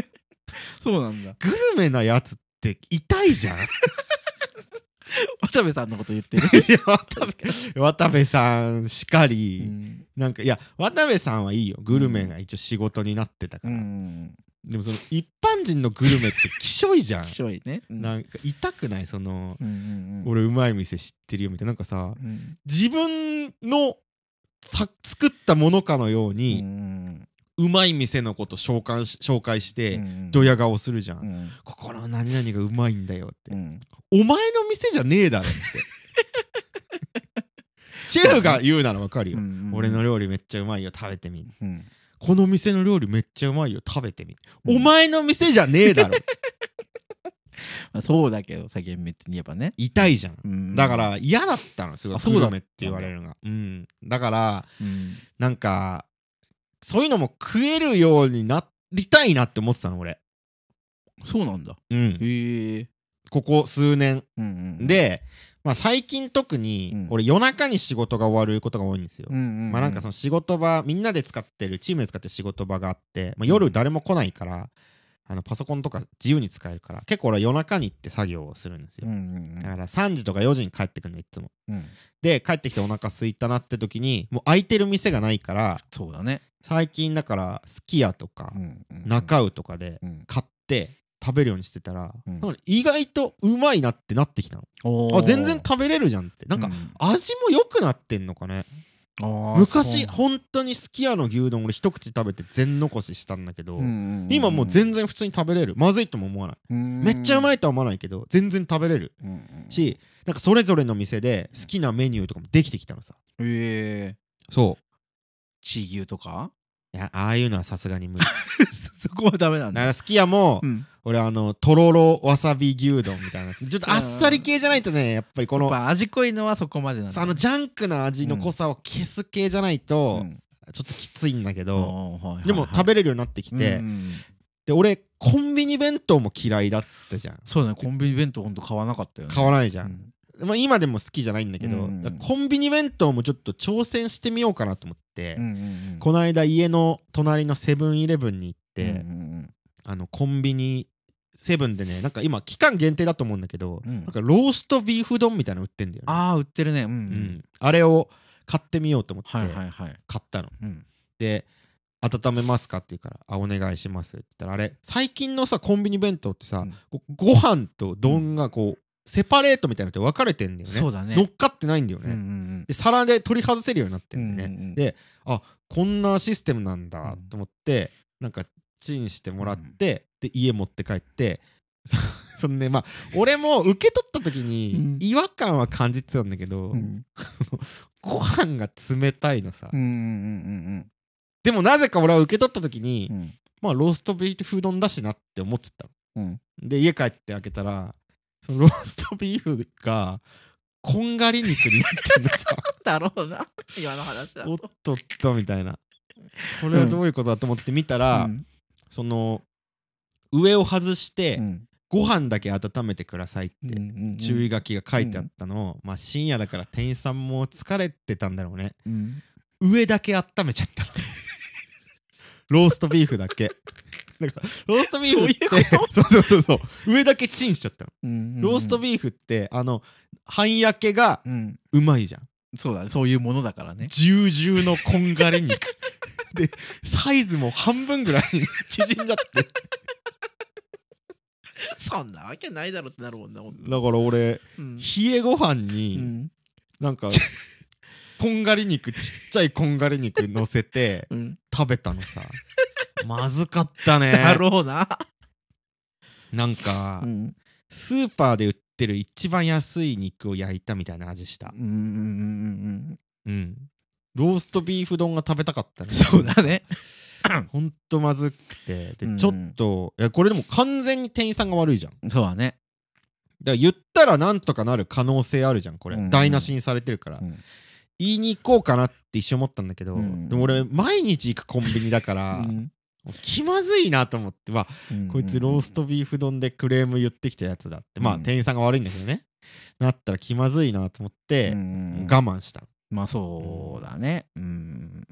C: そうなんだ
A: グルメなやつって痛いじ
C: <laughs>
A: ゃんい
C: 渡部さんのこと言ってる
A: や渡部渡部さんしかり、
C: <laughs> うん
A: なんかいや渡部さんはいいよグルメが一応仕事になってたか
C: う
A: ら、
C: ん
A: でもその一般人のグルメってきしょい
C: <laughs>
A: じゃん
C: きしょいね。うん
A: なんか痛くないその
C: うんうんうん
A: 俺うまい店知ってるよみたいななんかさ
C: うん
A: 自分のさ作ったものかのよう
C: う
A: に、
C: ん
A: うまい店のこと紹介し紹介し
C: う
A: て、
C: ん
A: ドヤ顔するじゃん、
C: うん
A: ここの何々がうまいんだよって
C: う、ん
A: お前の店じゃねえだろって
C: <laughs>
A: シェフが言うならわかるよ、
C: うん
A: 俺の料理めっちゃうまいよ食べてみ
C: うん
A: この店の料理めっちゃうまいよ食べてみ、
C: うん
A: お前の店じゃねえ
C: <laughs>
A: だろ
C: まあそうだけどさ厳密に言えばね。
A: 痛いじゃん、
C: うん
A: だか、ら嫌だったのすごい
C: あそうだ
A: グルメって言われるのがうんだから
C: うん
A: なんかそういうのも食えるようになりたいなって思ってたの俺
C: そうなんだ。
A: うん
C: へえ。
A: ここ数年
C: うんうんうん、
A: で、まあ、最近特
C: う
A: に
C: ん
A: 俺夜中に仕事が終わることが多いんですよ、
C: うんうんうん、
A: まあなんかその仕事場みんなで使ってるチームで使ってる仕事場があって、まあ、夜誰も来ないからあのパソコンとか自由に使えるから結構俺は夜中に行って作業をするんですよ、
C: うんうん
A: だから3時とか4時に帰ってくるのいつも
C: うんうん、
A: で帰ってきてお腹空いたなって時にもう空いてる店がないから
C: そうだね。
A: 最近だからすき家とか
C: んうんうん、
A: 中尾とかで
C: うん、
A: 買って食べるようにしてたら、
C: うん
A: なんか意外とうまいなってなってきたの
C: おー
A: あ全然食べれるじゃんってなんか、
C: う
A: 味も良くなってんのかね
C: あー
A: 昔
C: そう
A: 本当にすき家の牛丼俺一口食べて全残ししたんだけど、
C: うんうんん
A: 今もう全然普通に食べれるまずいとも思わない、めっちゃうま
C: い、
A: いとは思わないけど全然食べれる
C: うんうんうん、
A: しなんかそれぞれの店で好きなメニューとかもできてきたのさ
C: ええ
A: そ
C: 地牛とか
A: ういやああいうのはさすがに無理
C: <laughs> そこはダメな
A: だ
C: ん
A: か
C: だ。
A: らすき家
C: <laughs>
A: も、
C: うん、
A: 俺あのとろろわさび牛丼みたいなやつちょっとあっさり系じゃないとねやっぱりこ
C: やっ
A: の
C: ぱ味濃いのはそこまでなんだ、
A: あのジャンクな味の濃さを消す系じゃないと、
C: うん
A: ちょっときついんだけ
C: あ
A: ど、
C: ーはいはいはい
A: でも食べれるようになってきて、
C: うんうん
A: で俺コンビニ弁当も嫌いだったじゃん
C: そうだねコンビニ弁当ほんと買わなかったよね。
A: 買わないじゃ、
C: なうんん
A: まあ、今でも好きじゃないんだけど、
C: うんうん
A: コンビニ弁当もちょっと挑戦してみようかなと思って、
C: うんうんうん、
A: この間家の隣のセブンイレブンに行って、
C: うんうん
A: あのコンビニセブンでねなんか今期間限定だと思うんだけど、
C: うん
A: なんかローストビーフ丼みたいなの売ってんだよね
C: ああ売ってるね。うんう
A: うんんあれを買ってみようと思って
C: はい
A: 買
C: はいはい。
A: ったの、
C: うん、
A: で温めますかって言うから「あお願いします」って言ったらあれ最近のさコンビニ弁当ってさ、
C: うん
A: こうご飯と丼がこう、セパレートみたいなのって分かれてんだよね
C: そうだね。
A: 乗っかってないんだよね、
C: うんうん
A: で皿で取り外せるようになって
C: うんん
A: だよね、
C: ね
A: でこんなシステムなんだ
C: うん
A: と思って、なんかチンしてもらって、で家持って帰ってそそ <laughs> のねまあ俺も受け取った時
C: う
A: に
C: ん
A: 違和感は感じてたんだけど、
C: うん
A: ご飯が冷たいのさ、
C: うんうんうん
A: でもなぜか俺は受け取った時に、
C: うんうん
A: まあローストビーフ丼だしなって思ってた
C: うん
A: ので家帰って開けたらそのローストビーフがこんがり肉になってん
C: <laughs>
A: のさ
C: だろうな今の話だ
A: おっとっとみたいなこれはどういうことだと思って見たら、
C: うん
A: その上を外して、
C: うん
A: ご飯だけ温めてくださいって、
C: うんうんうん
A: 注意書きが書いてあったのを、まあ深夜だから店員さんも疲れてたんだろうね
C: うん
A: 上だけ温めちゃ
C: <laughs>
A: ったのローストビーフだけ <laughs> なんかローストビーフって
C: そういうこ
A: <laughs> そうそうそうそう上だけチンしちゃったの、
C: うん
A: ローストビーフってあの半焼けが
C: うん
A: うまいじゃん
C: そうだねそういうものだからね
A: 重々のこんがり
C: <laughs>
A: 肉でサイズも半分ぐらいに縮んじゃって
C: そんなわけないだろってなるもんなほんと
A: だから俺
C: うん
A: 冷えご飯
C: う
A: に、
C: ん
A: なんかこんがり肉ちっちゃいこんがり肉乗せて
C: うん
A: 食べたのさまずかったね
C: だろうな
A: なんか、
C: うん
A: スーパーで売ってる一番安い肉を焼いたみたいな味した
C: うんうんうん
A: うんローストビーフ丼が食べたかったね
C: うんそうだね
A: ほんとまずくてで、
C: うん
A: ちょっといやこれでも完全に店員さんが悪いじゃんだか
C: そうだね
A: ら言ったらなんとかなる可能性あるじゃんこれ、
C: うん
A: 台無しにされてるから、
C: うん
A: 言いに行こうかなって一瞬思ったんだけど、
C: うん
A: でも俺毎日行くコンビニだから、気まずいなと思ってまあこいつローストビーフ丼でクレーム言ってきたやつだってまあ
C: うん
A: 店員さんが悪いんだけどねなったら気まずいなと思って我
C: が
A: 慢したの
C: まあそうだねうん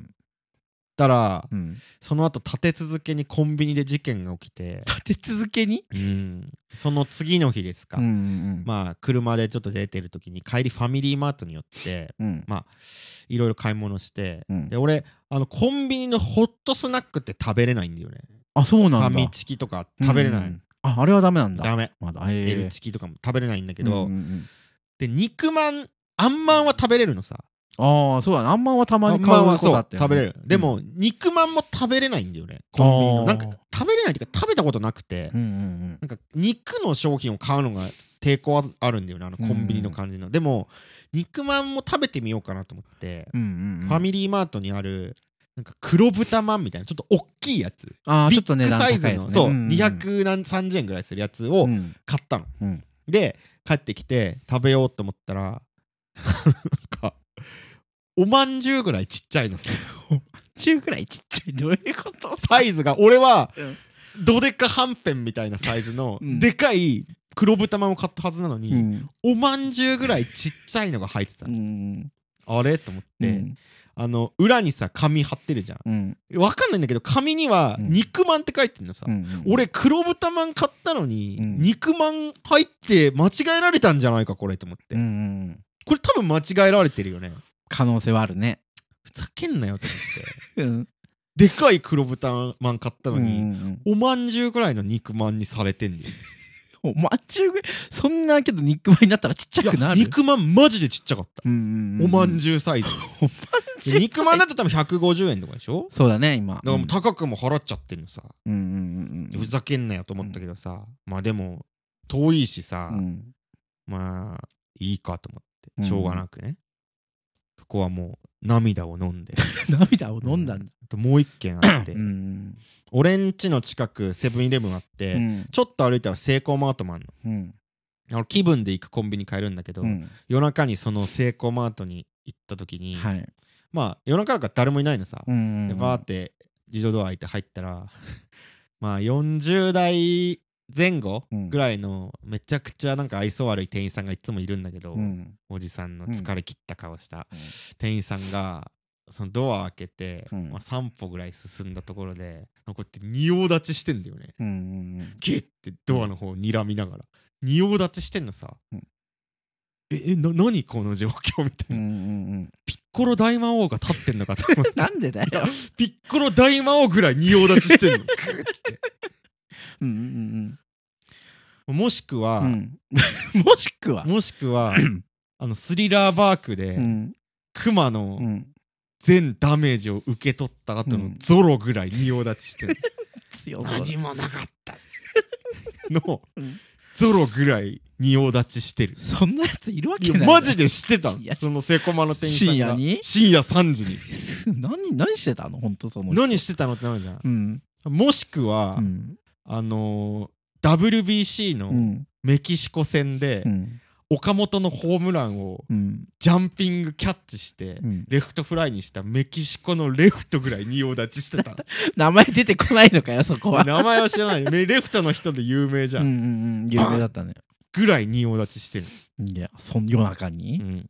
A: たら
C: うん
A: その後立て続けにコンビニで事件が起きて
C: 立て続けに
A: うんその次の日ですか
C: ん
A: まあ車でちょっと出てる時に帰りファミリーマートに寄って
C: うん
A: まあいろいろ買い物して
C: うん
A: で俺あのコンビニのホットスナックって食べれないんだよね
C: あそう
A: フ
C: な
A: ァ
C: んだ
A: ミチキとか食べれな
C: う
A: い、
C: んああれはダメなんだ
A: ダメ
C: まだえ
A: L チキとかも食べれないんだけど、
C: うんうんうん
A: で肉まんあんまんは食べれるのさ
C: ああそうだねあんまんはたま
A: あ
C: に
A: ん
C: 買
A: ま
C: うん
A: は
C: こと
A: そ
C: あっ
A: う
C: たよ、ね、
A: 食べれる、でも肉まんも食べれないんだよねコンビニ
C: あ
A: の
C: ー
A: なんか食べれないっていうか食べたことなくて、
C: うんうん
A: なんか肉の商品を買うのが抵抗あるんだよねあのコンビニの感じの、でも肉まんも食べてみようかなと思って、
C: うんうんうんうん
A: ファミリーマートにあるなんか黒豚まんみたいなちょっと大きいやつ
C: あー
A: ビ
C: ちょっと
A: ッ
C: 値
A: グサ
C: 段高
A: イ
C: いです
A: ズ
C: ね
A: のそう
C: うんん
A: 230円ぐらいするやつを
C: うん
A: 買ったの、
C: うん
A: で帰ってきて食べようと思ったら <laughs> なんかおまんじゅうぐらいちっちゃいの
C: <laughs>
A: さ
C: 中くらいちっちゃいどういうこと
A: サイズが俺は
C: うん
A: どでかはんぺんみたいなサイズの
C: うん
A: でかい黒豚まんを買ったはずなのに、
C: うん
A: おまんじゅうぐらいちっちゃいのが入ってた
C: う
A: の、
C: ん
A: あれと思って、
C: うん
A: あの裏にさ紙貼ってるじゃん
C: うん
A: わかんないんだけど紙には
C: うん
A: 肉まんって書いてるのさ、
C: うん
A: 俺黒豚まん買ったのに、
C: うん
A: 肉まん入って間違えられたんじゃないかこれと思って、
C: うんうんうん
A: これ多分間違えられてるよね
C: 可能性はあるね
A: ふざけんなよと思って <laughs>
C: うん
A: でかい黒豚まん買ったの
C: う
A: に、
C: んうん
A: おまんじゅうぐらいの肉まんにされてんだよ
C: おまんじゅうぐらいそんなけど肉まんになったらちっちゃく
A: い
C: な
A: や
C: る
A: 肉まんマジでちっちゃかった、
C: うんうん
A: おまん
C: じ
A: じゅうサイ
C: <laughs>
A: ズ
C: ゅうん
A: で肉まんだと多分150円とかでしょ
C: そうだね今
A: だからもう高くも払っちゃってるのさ、
C: うんうんうん
A: ふざけんなよと思ったけどさ、まあでも遠いしさ、
C: うん
A: まあいいかと思
C: う
A: っ
C: ん
A: てしょうがなくね、そこはもう涙を飲ん
C: <laughs>
A: で
C: 涙を飲んだんだ
A: あともう一軒あって、
C: うん
A: 俺ん家の近くセブンイレブンあって、
C: うん
A: ちょっと歩いたらセイコーマートもあんの
C: うん
A: あの気分で行くコンビニ買えるんだけど、
C: うん
A: 夜中にそのセイコーマートに行った時に、
C: はい
A: まあ夜中だから誰もいないのさ、
C: うん
A: でバーって自動ドア開いて入ったら <laughs> まあ40代前後
C: うん
A: ぐらいのめちゃくちゃなんか愛想悪い店員さんがいつもいるんだけど、
C: うん
A: おじさんの
C: うん
A: 疲れ切った顔した
C: うん
A: 店員さんがそのドア開けて、
C: うん
A: まあ、3歩ぐらい進んだところでこうやって仁王立ちしてんだよね
C: うんうんうん
A: ゲッってドアの方を睨みながら仁王立ちしてんのさ、
C: うん
A: ええな何この状況みた
C: う
A: い
C: んう
A: な、
C: んうん
A: ピッコロ大魔王が立ってんのかと思って
C: <laughs> なんでだよ <laughs>
A: ピッコロ大魔王ぐらい仁王立ちしてんのグーって
C: うんうん
A: もしくは、
C: うんうんもしくは
A: もしくはあのスリラーバークで、
C: うん
A: クマの
C: うん
A: 全ダメージを受け取った後
C: う
A: の
C: ん
A: ゾロぐらい仁王立ちしてる
C: 強そう
A: 何もなかったの
C: うん
A: ゾロぐらい仁王立ちしてる
C: そんなやついるわ
A: い
C: けない
A: やマジで知ってた
C: いや
A: そのセコマの店員さんが
C: 深夜に
A: 深夜3時に
C: <laughs> 何何してたの本当その人
A: 何してたのってなるじゃん
C: うん
A: もしくは、
C: うん
A: あのー WBC
C: う
A: の
C: ん
A: メキシコ戦で、
C: うん
A: 岡本のホームランを
C: うん
A: ジャンピングキャッチして、
C: うん
A: レフトフライにしたメキシコのレフトぐらい仁王立ちしてた
C: 名前出てこないのかよそこは
A: 名前は知らないめレフトの人で有名じゃ
C: うん
A: ん、
C: うんうん有名だったね
A: ぐらい仁王立ちしてる、
C: いやそん夜中に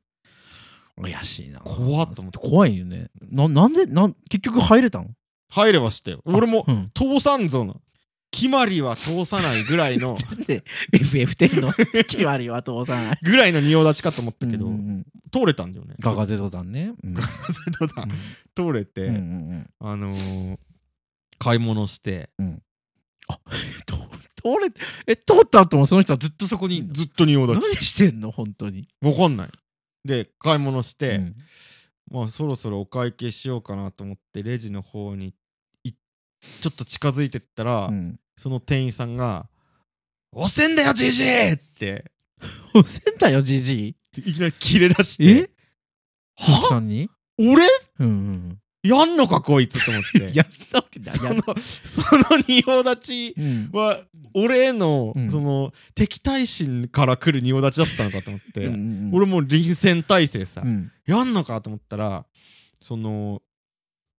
A: うん
C: 怪しいな
A: 怖っと思って
C: 怖いよねななんでなん結局入れたの
A: 入ればしたよ俺も
C: うん
A: 通さんぞな決まりは通さないぐらい
C: <laughs>
A: の
C: で FF10 の決まりは通さない
A: ぐらいの仁王立ちかと思ったけど、
C: うんうんうん
A: 通れたんだよね
C: ガガゼドだねうん
A: そうだ通れて、
C: うんうんうん <laughs> うん
A: あのー買い物して
C: 通通れてえ通った後もその人はずっとそこにいんの
A: ずっと仁王
C: 何
A: 立ち
C: してんの本当に
A: わかんないで買い物して、
C: うん
A: まあそろそろお会計しようかなと思ってレジの方にいちょっと近づいてったら、
C: うん <laughs>
A: その店員さんが「押せんだよじじい!」って
C: 押せんだよ、じじい。
A: いきなり切れ出して
C: は
A: は
C: さんに
A: 俺
C: うんうん
A: やんのかこいつと思っ
C: う
A: て
C: ん。 <laughs> やったわけだ。
A: そ
C: や
A: のその仁王立ち
C: うん。
A: は俺への、
C: うん
A: その敵対心から来る仁王立ちだったのかと思って、
C: うん
A: 俺もう臨戦態勢さ、
C: うん
A: やんのかと思ったらその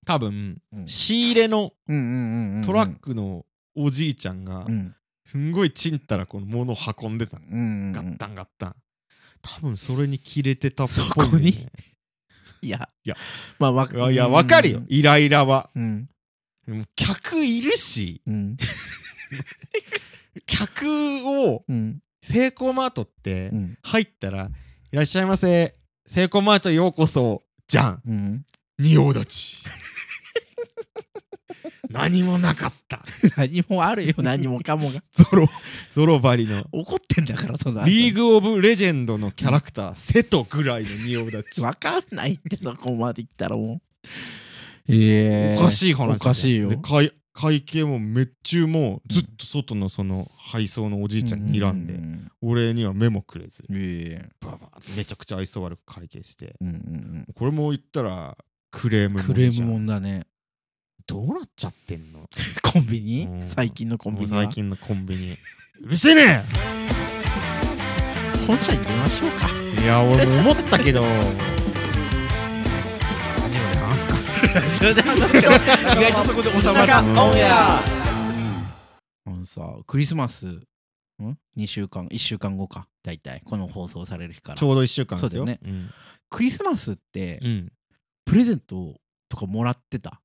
A: 多分
C: うん
A: 仕入れの
C: うんうんうんうん
A: トラックのおじいちゃんが
C: うん
A: すんごいちんたらこの物を運んでたの
C: うんうん
A: ガッタンガッタン多分それに切れてたっぽい
C: そこ
A: んだよね、
C: にいや
A: いや
C: まあわ
A: いやいやわかるよイライラは
C: うん
A: でも客いるし
C: うん
A: 客を
C: うん
A: セイコーマートって
C: うん
A: 入ったら「いらっしゃいませセイコーマー
C: <laughs>
A: トようこそ」じゃん
C: うん
A: 仁王立ち何もなか
C: <laughs>
A: った
C: 何もあるよ何もかもが
A: ゾロゾロバリの
C: 怒ってんだからそんな
A: リー
C: グ
A: グ・オブ・レジェンドのキャラクター瀬戸ぐらいの仁王立ち
C: 分かんないってそこまで行ったらもうええ
A: おかしい話だ
C: おかしいよ
A: で会会計もめっちゅうもうずっと外のその配送のおじいちゃんに睨んで、
C: う
A: 俺には目もくれず
C: ええ
A: ババーってめちゃくちゃ愛想悪く会計して
C: うんうん
A: これも言ったらクレー
C: う
A: ム
C: んクレーム
A: も
C: も
A: ん
C: んだね
A: どうなっちゃってんの
C: <laughs> コンビニ
A: うん
C: 最近のコンビ
A: もう
C: ニは
A: 最近のコンビニうるせえね
C: 本社に出ましょうか
A: いや俺も思ったけどラジオで話すか
C: それで話しよう意外とそこで収まる
A: うんオンエ
C: アあのさクリスマスん2週間1週間後か大体この放送される日から
A: ちょうど1週間ですよ
C: そうだよ
A: ね、
C: クリスマスって
A: うんうん
C: プレゼントとかもらってた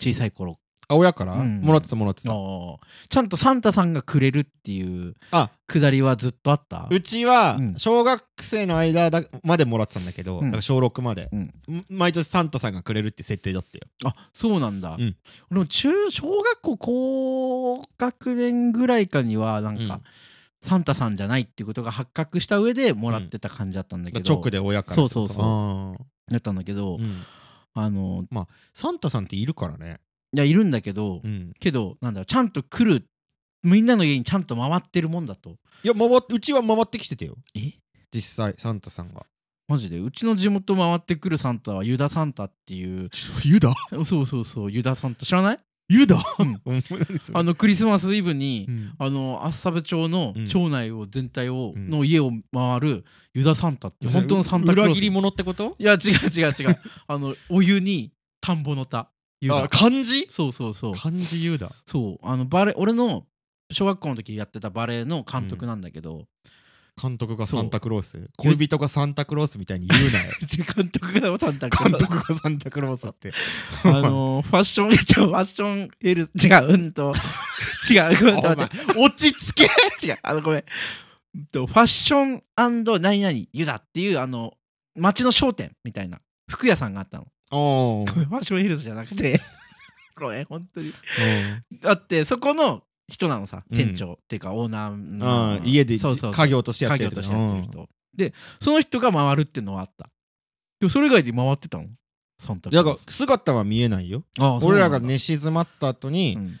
C: 小さい頃
A: あ親から、
C: うん
A: もらってたもらってた
C: あーちゃんとサンタさんがくれるっていう
A: あ
C: くだりはずっとあった
A: うちは
C: うん
A: 小学生の間だまでもらってたんだけど、
C: うん
A: だから小6まで、
C: うん
A: ん毎年サンタさんがくれるって設定だったよ
C: あそうなんだ、
A: うん
C: 俺も中小学校高学年ぐらいかにはなんか、
A: うん
C: サンタさんじゃないっていうことが発覚した上でもらってた感じだったんだけど、
A: 直で親からってこと
C: そうそうそう
A: あ
C: だったんだけど、
A: ーうん
C: あの
A: サンタさんっているからね、
C: いやいるんだけど、
A: うん、
C: けどなんだろうちゃんと来るみんなの家にちゃんと回ってるもんだと
A: いや回っうちは回ってきててよ
C: え
A: 実際サンタさんが
C: マジでうちの地元回ってくるサンタはユダサンタっていう
A: 湯だ
C: <laughs> そうそうそうユダサンタ知らない
A: 湯だ
C: うん
A: <laughs>
C: あ
A: の、
C: のクリスマスイブに、
A: うん
C: あの厚沢部町の
A: うん
C: 町内を全体を、
A: うん
C: の家を回るユダサンタって本当のサンタクロース
A: 裏切り者ってこと
C: いや違う違う違うあのお湯に田んぼの田ユダ
A: あ漢字
C: そうそうそう
A: 漢字湯だ
C: そうあのバレー俺の小学校の時やってたバレエの監督なんだけど、
A: 監督がサンタクロース恋人がサンタクロースみたいに言うな
C: <laughs>
A: よ
C: 監督がサンタク
A: 監
C: ロース
A: 督がサンタクロースって
C: <laughs> あのファッションファッションエル違ううんと違うごめん待って
A: お前落ち着け <laughs>
C: 違うあのごめんうんとファッション何々ユダっていうあの町の商店みたいな服屋さんがあったの
A: お
C: ごめんファッションヒルズじゃなくて <laughs> ごめん本当にだってそこの人なのさ
A: うん
C: 店長、っていうかオーナ
A: あ
C: ーの
A: ー家で
C: そうそうそう
A: 家業としてやっ
C: 家
A: てる人
C: 業としてやってる人、でその人が回るっていうのはあったでもそれ以外で回ってたのサンタクロ
A: だ
C: ース
A: から姿は見えないよ
C: ああそう
A: 俺
C: な
A: ら
C: んだ
A: が寝静まった後に、
C: うん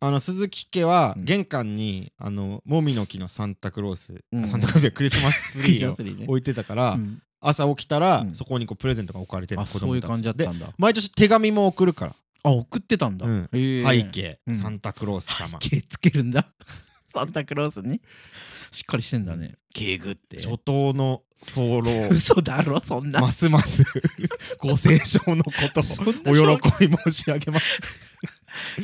A: あの鈴木家は
C: うん
A: 玄関にあのもみの木のサンタクロース、
C: うん
A: あサンタクロースじゃないクリスマスツリーを
C: <laughs> クリスマスツリーね
A: 置いてたから、
C: うん
A: 朝起きたら、
C: うん
A: そこにこうプレゼントが置かれてる
C: あ
A: の子供
C: そういう感じだった
A: で
C: んだ
A: 毎年手紙も送るから、
C: あ送ってたんだ、
A: うん
C: へえ
A: 背景、
C: うん
A: サンタクロース様
C: 毛つけるんだ <laughs> サンタクロースにしっかりしてんだね毛具って
A: 初頭の早漏
C: <laughs> 嘘だろそんな、
A: ますますご清聴のこと
C: そんな
A: をお喜び申し上げます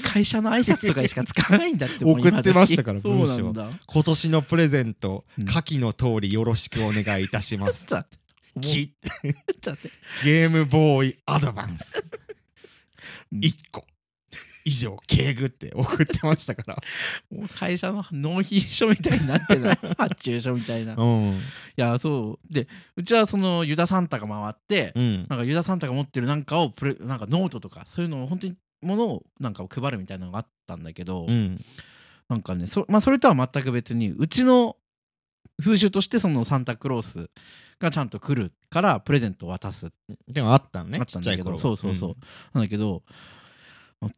C: 会社の挨拶とかにしか使わないんだってもう
A: 送ってました
C: 今時
A: から文章
C: そうなんだ
A: 今年のプレゼント
C: うん
A: 下記の通りよろしくお願いいたします
C: ちょっと待って
A: き
C: もうちょっと待って
A: ゲームボーイアドバンス
C: うん
A: 1個以上敬具って送ってましたから
C: もう会社の納品書みたいになってない発注書みたいな、い
A: ん
C: やそうでうちはそのユダサンタが回って、
A: うん
C: なんかユダサンタが持ってるなんかをプレなんかノートとかそういうのを本当にものをなんかを配るみたいなのがあったんだけど、
A: うん
C: なんかねそ,、まあ、それとは全く別にうちの風習としてそのサンタクロースがちゃんと来るからプレゼントを渡す
A: でもあったんね
C: あったんだ
A: ちっちゃ
C: けど
A: い頃は
C: そうそうそう、なんだけど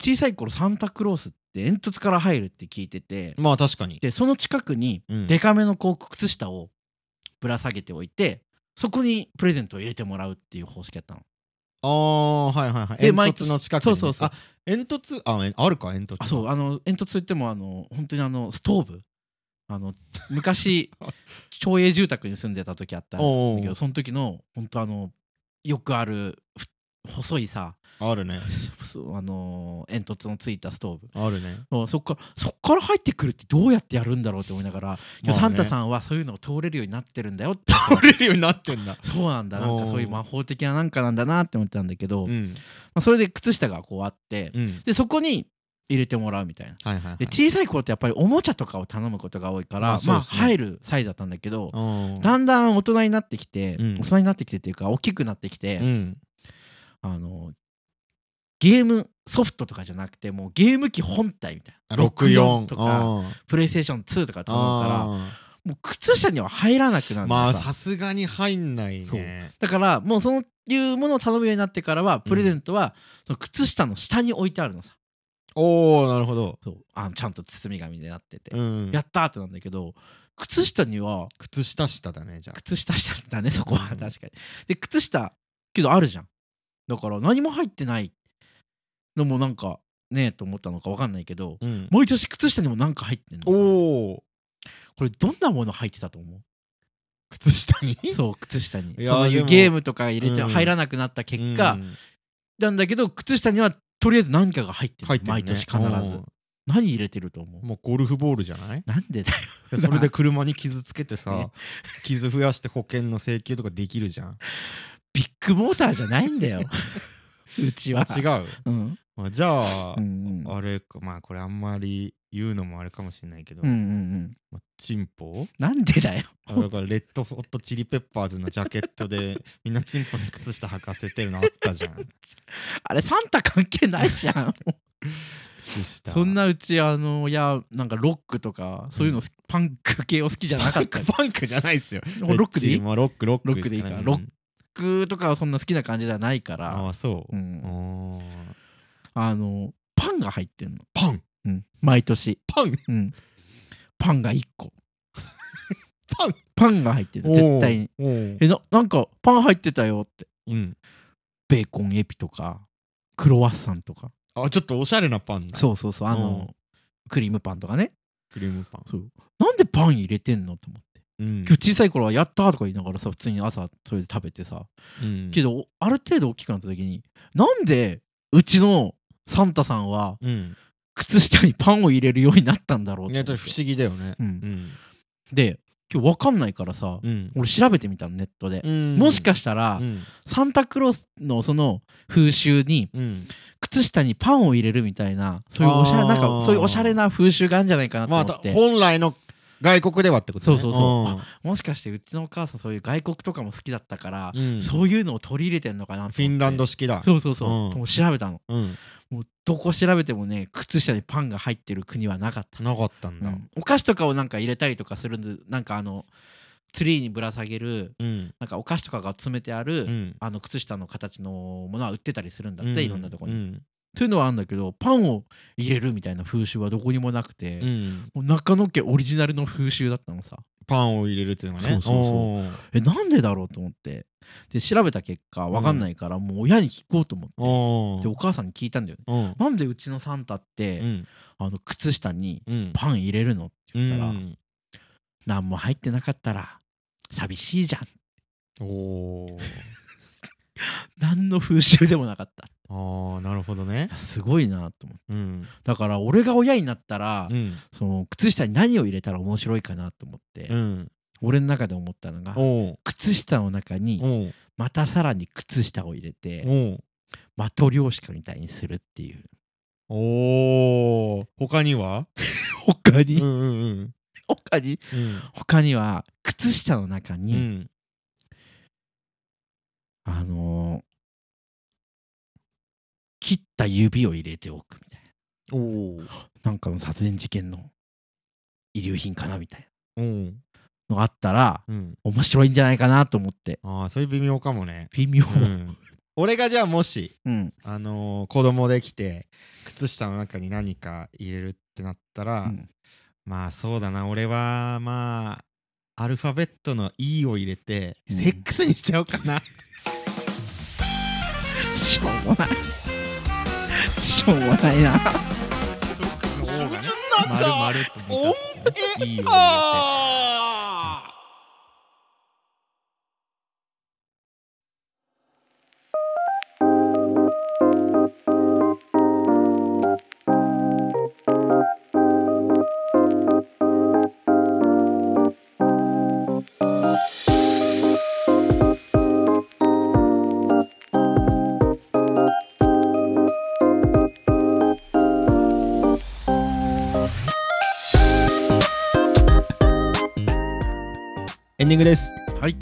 C: 小さい頃サンタクロースって煙突から入るって聞いてて
A: うんまあ確かに
C: でその近くに
A: うん
C: デカめのこう靴下をぶら下げておいてそこにプレゼントを入れてもらうっていう方式やったの
A: ああはいはいはい
C: で
A: 煙
C: 毎
A: 突
C: 年
A: の近くにね
C: そうそうそう
A: あ煙突あえあるか煙突
C: あそうあの煙突といってもあの本当にあのストーブあの
A: <laughs>
C: 昔町営住宅に住んでた時あったんだ
A: おうおう
C: けどその時の本当あのよくあるふ細いさ
A: あるね
C: そうあの煙突のついたストーブ
A: ある
C: <laughs>
A: ね
C: あそっからそっから入ってくるってどうやってやるんだろうって思いながら、い
A: まあね
C: やサンタさんはそういうのを通れるようになってるんだよって
A: 倒れるようになってんだ
C: そうなんだなんか
A: おー
C: そういう魔法的ななんかなんだなって思ってたんだけど、
A: う
C: ま
A: ん
C: あ、それで靴下がこうあって、
A: うん
C: でそこに入れてもらうみたいな。
A: はいはいはい
C: で小さい頃ってやっぱりおもちゃとかを頼むことが多いから、
A: まあ
C: まあ
A: そうですね
C: 入るサイズだったんだけど、
A: うん
C: だんだん大人になってきて、
A: うん
C: 大人になってきてっていうか大きくなってきて、
A: うん
C: あのゲームソフトとかじゃなくてもうゲーム機本体みたいな
A: 64
C: とか
A: うん
C: プレイステーション2とかと思ったら
A: あ
C: もう靴下には入らなくなる
A: ー
C: ん
A: まあ
C: だ
A: さすがに入んないね
C: だからもうそういうものを頼むようになってからはプレゼントはその靴下の下に置いてあるのさ、
A: おおなるほど、
C: そうあのちゃんと包み紙でなってて、
A: うん、
C: やったーってなんだけど靴下には
A: 靴下下だねじゃあ
C: 靴下下だねそこは
A: うん
C: 確かにで靴下けどあるじゃんだから何も入ってないのもなんかねえと思ったのか分かんないけど
A: うん、
C: 毎年靴下にもなんか入ってんの
A: おお
C: これどんなもの入ってたと思
A: 靴下に
C: うそう靴下に
A: いやー
C: そうい
A: で
C: う
A: も
C: ゲームとか入れて
A: うん
C: 入らなくなった結
A: う
C: 果
A: ん
C: なんだけど靴下にはとりあえず何かが入ってる
A: 入ってる、ね、
C: 毎年必ず何入れてると思
A: うん
C: う
A: もうゴルフボールじゃない
C: なんでだよ
A: でそれで車に傷つけてさ
C: ね
A: 傷増やして保険の請求とかできるじゃん
C: ビッグモーターじゃないん
A: <laughs>
C: だようちは
A: 違う、
C: うん
A: まあ、じゃあ
C: う、んうん
A: あれかまあこれあんまり言うのもあれかもしれないけど、
C: うんうんうん
A: まあ、チンポ
C: なんでだよ
A: あだからレッドホットチリペッパーズのジャケットでみんなチンポに靴下履かせてるのあったじゃん
C: あれサンタ関係ないじゃん
A: 靴下
C: <laughs> そんなうちあのいやなんかロックとかそういうの、
A: う
C: パンク系を好きじゃなか
A: パ
C: っ
A: ン
C: た
A: ク
C: り
A: パンクじゃないっすよ
C: ロックでいい
A: レッチリまあロックロック
C: ロックでいいから
A: す
C: ロ
A: ね
C: ッロックとかはそんな好きな感じではないか
A: うん
C: ら
A: ああそうあ
C: う、ん、
A: ー
C: あのパンが入ってんの、
A: パン
C: うん、毎年、
A: パン
C: うん、パンが1個
A: パン
C: パンが入ってる絶対に
A: おーおー
C: えななんかパン入ってたよって
A: うん
C: ベーコンエピとかクロワッサンとか
A: あちょっとおしゃれなパンだ
C: そうそうそうあの、
A: う
C: クリームパンとかね
A: クリームパン
C: そうなんでパン入れてんのと思って
A: うん
C: 今日小さい頃は「やった!」とか言いながらさ普通に朝それで食べてさ
A: うん
C: けどある程度大きくなった時になんでうちのサンタさんは
A: うん
C: 靴下にパンを入れるようになったんだろう
A: ね
C: と
A: 不
C: 思
A: 思
C: って
A: 議だよね
C: うん
A: うん
C: で今日分かんないからさ
A: うん
C: 俺調べてみたのネットで
A: うん
C: もしかしたら
A: うん
C: サンタクロースのその風習に
A: うん
C: 靴下にパンを入れるみたいなそういうおしゃれ
A: あー
C: なんかそういうおしゃれな風習があるんじゃないかな
A: まあ
C: と
A: た
C: 思って、
A: 本来の外国ではってことね
C: そうそうそうもしかしてうちのお母さんそういう外国とかも好きだったから、
A: うんうん
C: そういうのを取り入れてんのかなと思って
A: フィンランド式だ
C: そうそうそう、
A: うん
C: もう調べたの
A: うん
C: もうどこ調べてもね靴下にパンが入ってる国はなかった、
A: なかったん
C: う
A: だ
C: んお菓子とかをなんか入れたりとかするんでなんかあのツリーにぶら下げる
A: うん
C: なんかお菓子とかが詰めてある、
A: うん
C: あの靴下の形のものは売ってたりするんだって、いろんなとこに、
A: う
C: と
A: ん
C: そういうのはあるんだけどパンを入れるみたいな風習はどこにもなくて、
A: うん
C: もう中野家オリジナルの風習だったのさ
A: パンを入れるっていうのがね
C: そうそうそう
A: おー
C: えなんでだろうと思ってで調べた結果わかんないからもう親に聞こうと思って、
A: お
C: で
A: ー
C: お母さんに聞いたんだよね
A: うん
C: なんでうちのサンタって、
A: うん
C: あの靴下に
A: うん
C: パン入れるのって
A: う
C: 言ったら、
A: ん
C: 何も入ってなかったら寂しいじゃん <laughs>
A: おー
C: 何の風習でもなかった <laughs>
A: ああなるほどね
C: いやすごいなと思って
A: うん
C: だから俺が親になったら、
A: うん
C: その靴下に何を入れたら面白いかなと思って、
A: うん
C: 俺の中で思ったのが
A: おー
C: 靴下の中に
A: おー
C: またさらに靴下を入れて
A: おー
C: マトリョーシカみたいにするっていう
A: おー他には
C: 他
A: うん
C: に、
A: うんうん
C: 他に
A: うん
C: 他には靴下の中
A: う
C: に、
A: ん
C: あのー切った指を入れておくみたい
A: おお
C: ななんかの殺人事件の遺留品かなみたい
A: うん
C: なのがあったら
A: うん
C: 面白いんじゃないかなと思って
A: ああそれ微妙かもね
C: 微妙
A: う、
C: <laughs>
A: ん俺がじゃあもし
C: うん、
A: あのー子供できて靴下の中に何か入れるってなったら、
C: うん
A: まあそうだな俺はまあアルファベットの E を入れて、
C: うん
A: セックスにしちゃおうかな
C: しょうもないしょうもないな
A: の O がね丸々と
C: おん
A: 見たって E を入れてエンディングです
C: はい
A: ク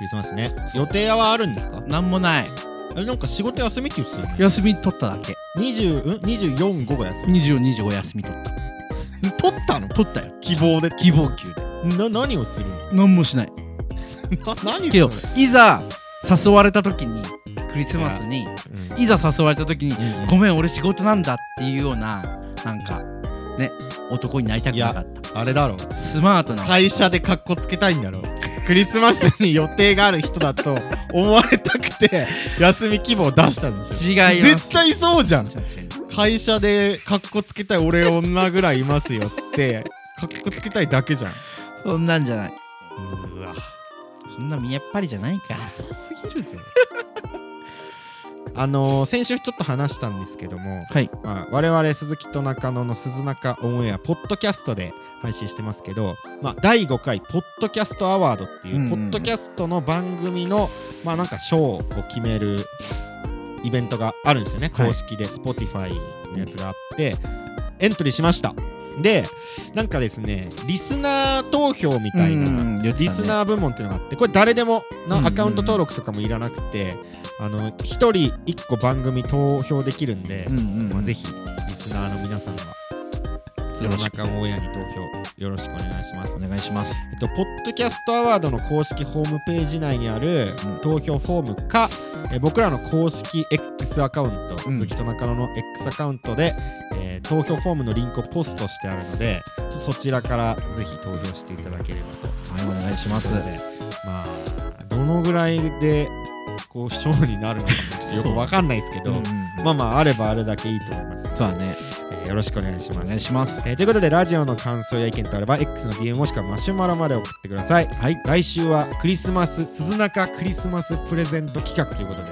A: リスマスね予定はあるんですか
C: なんもない
A: あれなんか仕事休みって言ってたよね
C: 休み取っただけ
A: 20うん24午後休み
C: 2425休み取った
A: 取ったの
C: 取ったよ
A: 希望で
C: 希望給
A: な
C: で
A: 何をするの <laughs>
C: 何もしない
A: な何
C: けど
A: それ
C: いざ誘われた時にクリスマスに
A: うん
C: いざ誘われた時に
A: うん
C: ごめん俺仕事なんだっていうようななんかね男になりたくなかっ
A: あれだろ
C: たスマートな
A: 会社でカッコつけたいんだろクリスマスに予定がある人だと思われたくて休み希望を出したんでしょ
C: 違います
A: 絶対そうじゃん
C: 違う違う
A: 会社でカッコつけたい俺女ぐらいいますよってカッコつけたいだけじゃん
C: そんなんじゃないう
A: わ
C: そんな見えっぱりじゃないか
A: ダサすぎるぜあのー先週ちょっと話したんですけども、
C: はい
A: まあ、我々鈴木と中野の「鈴中オンエア」ポッドキャストで配信してますけど、まあ、第5回ポッドキャストアワードっていう、
C: うんうん
A: ポッドキャストの番組のまあなんか賞を決めるイベントがあるんですよね
C: はい
A: 公式で Spotify のやつがあって、エントリーしましたでなんかですねリスナー投票みたいな、
C: リ
A: リスナー部門っていうのがあってこれ誰でも
C: うんう
A: なんアカウント登録とかもいらなくて、あの1人1個番組投票できるんで、
C: うんうん
A: まあ、ぜひリスナーの皆さんは「つ
C: よ
A: の
C: ろしく
A: 中オンエア」に投票よろしくお願いします
C: お。願いします
A: えっと、ポッドキャストアワードの公式ホームページ内にある
C: うん
A: 投票フォームか、え僕らの公式 X アカウント、
C: うん
A: 鈴木と中野の X アカウントで、えー投票フォームのリンクをポストしてあるのでちょっとそちらからぜひ投票していただければと
C: はいお願いします
A: まあどのぐらいでこう賞になるのかちょっとよくわかんないですけど、
C: うんうん
A: まあまああればあるだけいいと思います、
C: そうだね
A: えーよろしくお願いし
C: お
A: ます
C: 願いします
A: えーということでラジオの感想や意見とあれば X の DM もしくはマシュマロまで送ってください
C: はい
A: 来週はクリスマス鈴中クリスマスプレゼント企画ということで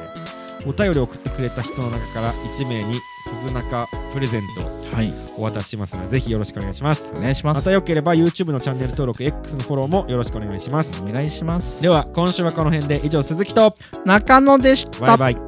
A: お便りを送ってくれた人の中から1名に鈴中プレゼントを
C: はい
A: お渡ししますのでぜひよろしくお願いします
C: お願いしま
A: ますたよければ YouTube のチャンネル登録 X のフォローもよろしくお願いします
C: お願いします
A: では今週はこの辺で以上鈴木と
C: 中野でした
A: バイバイ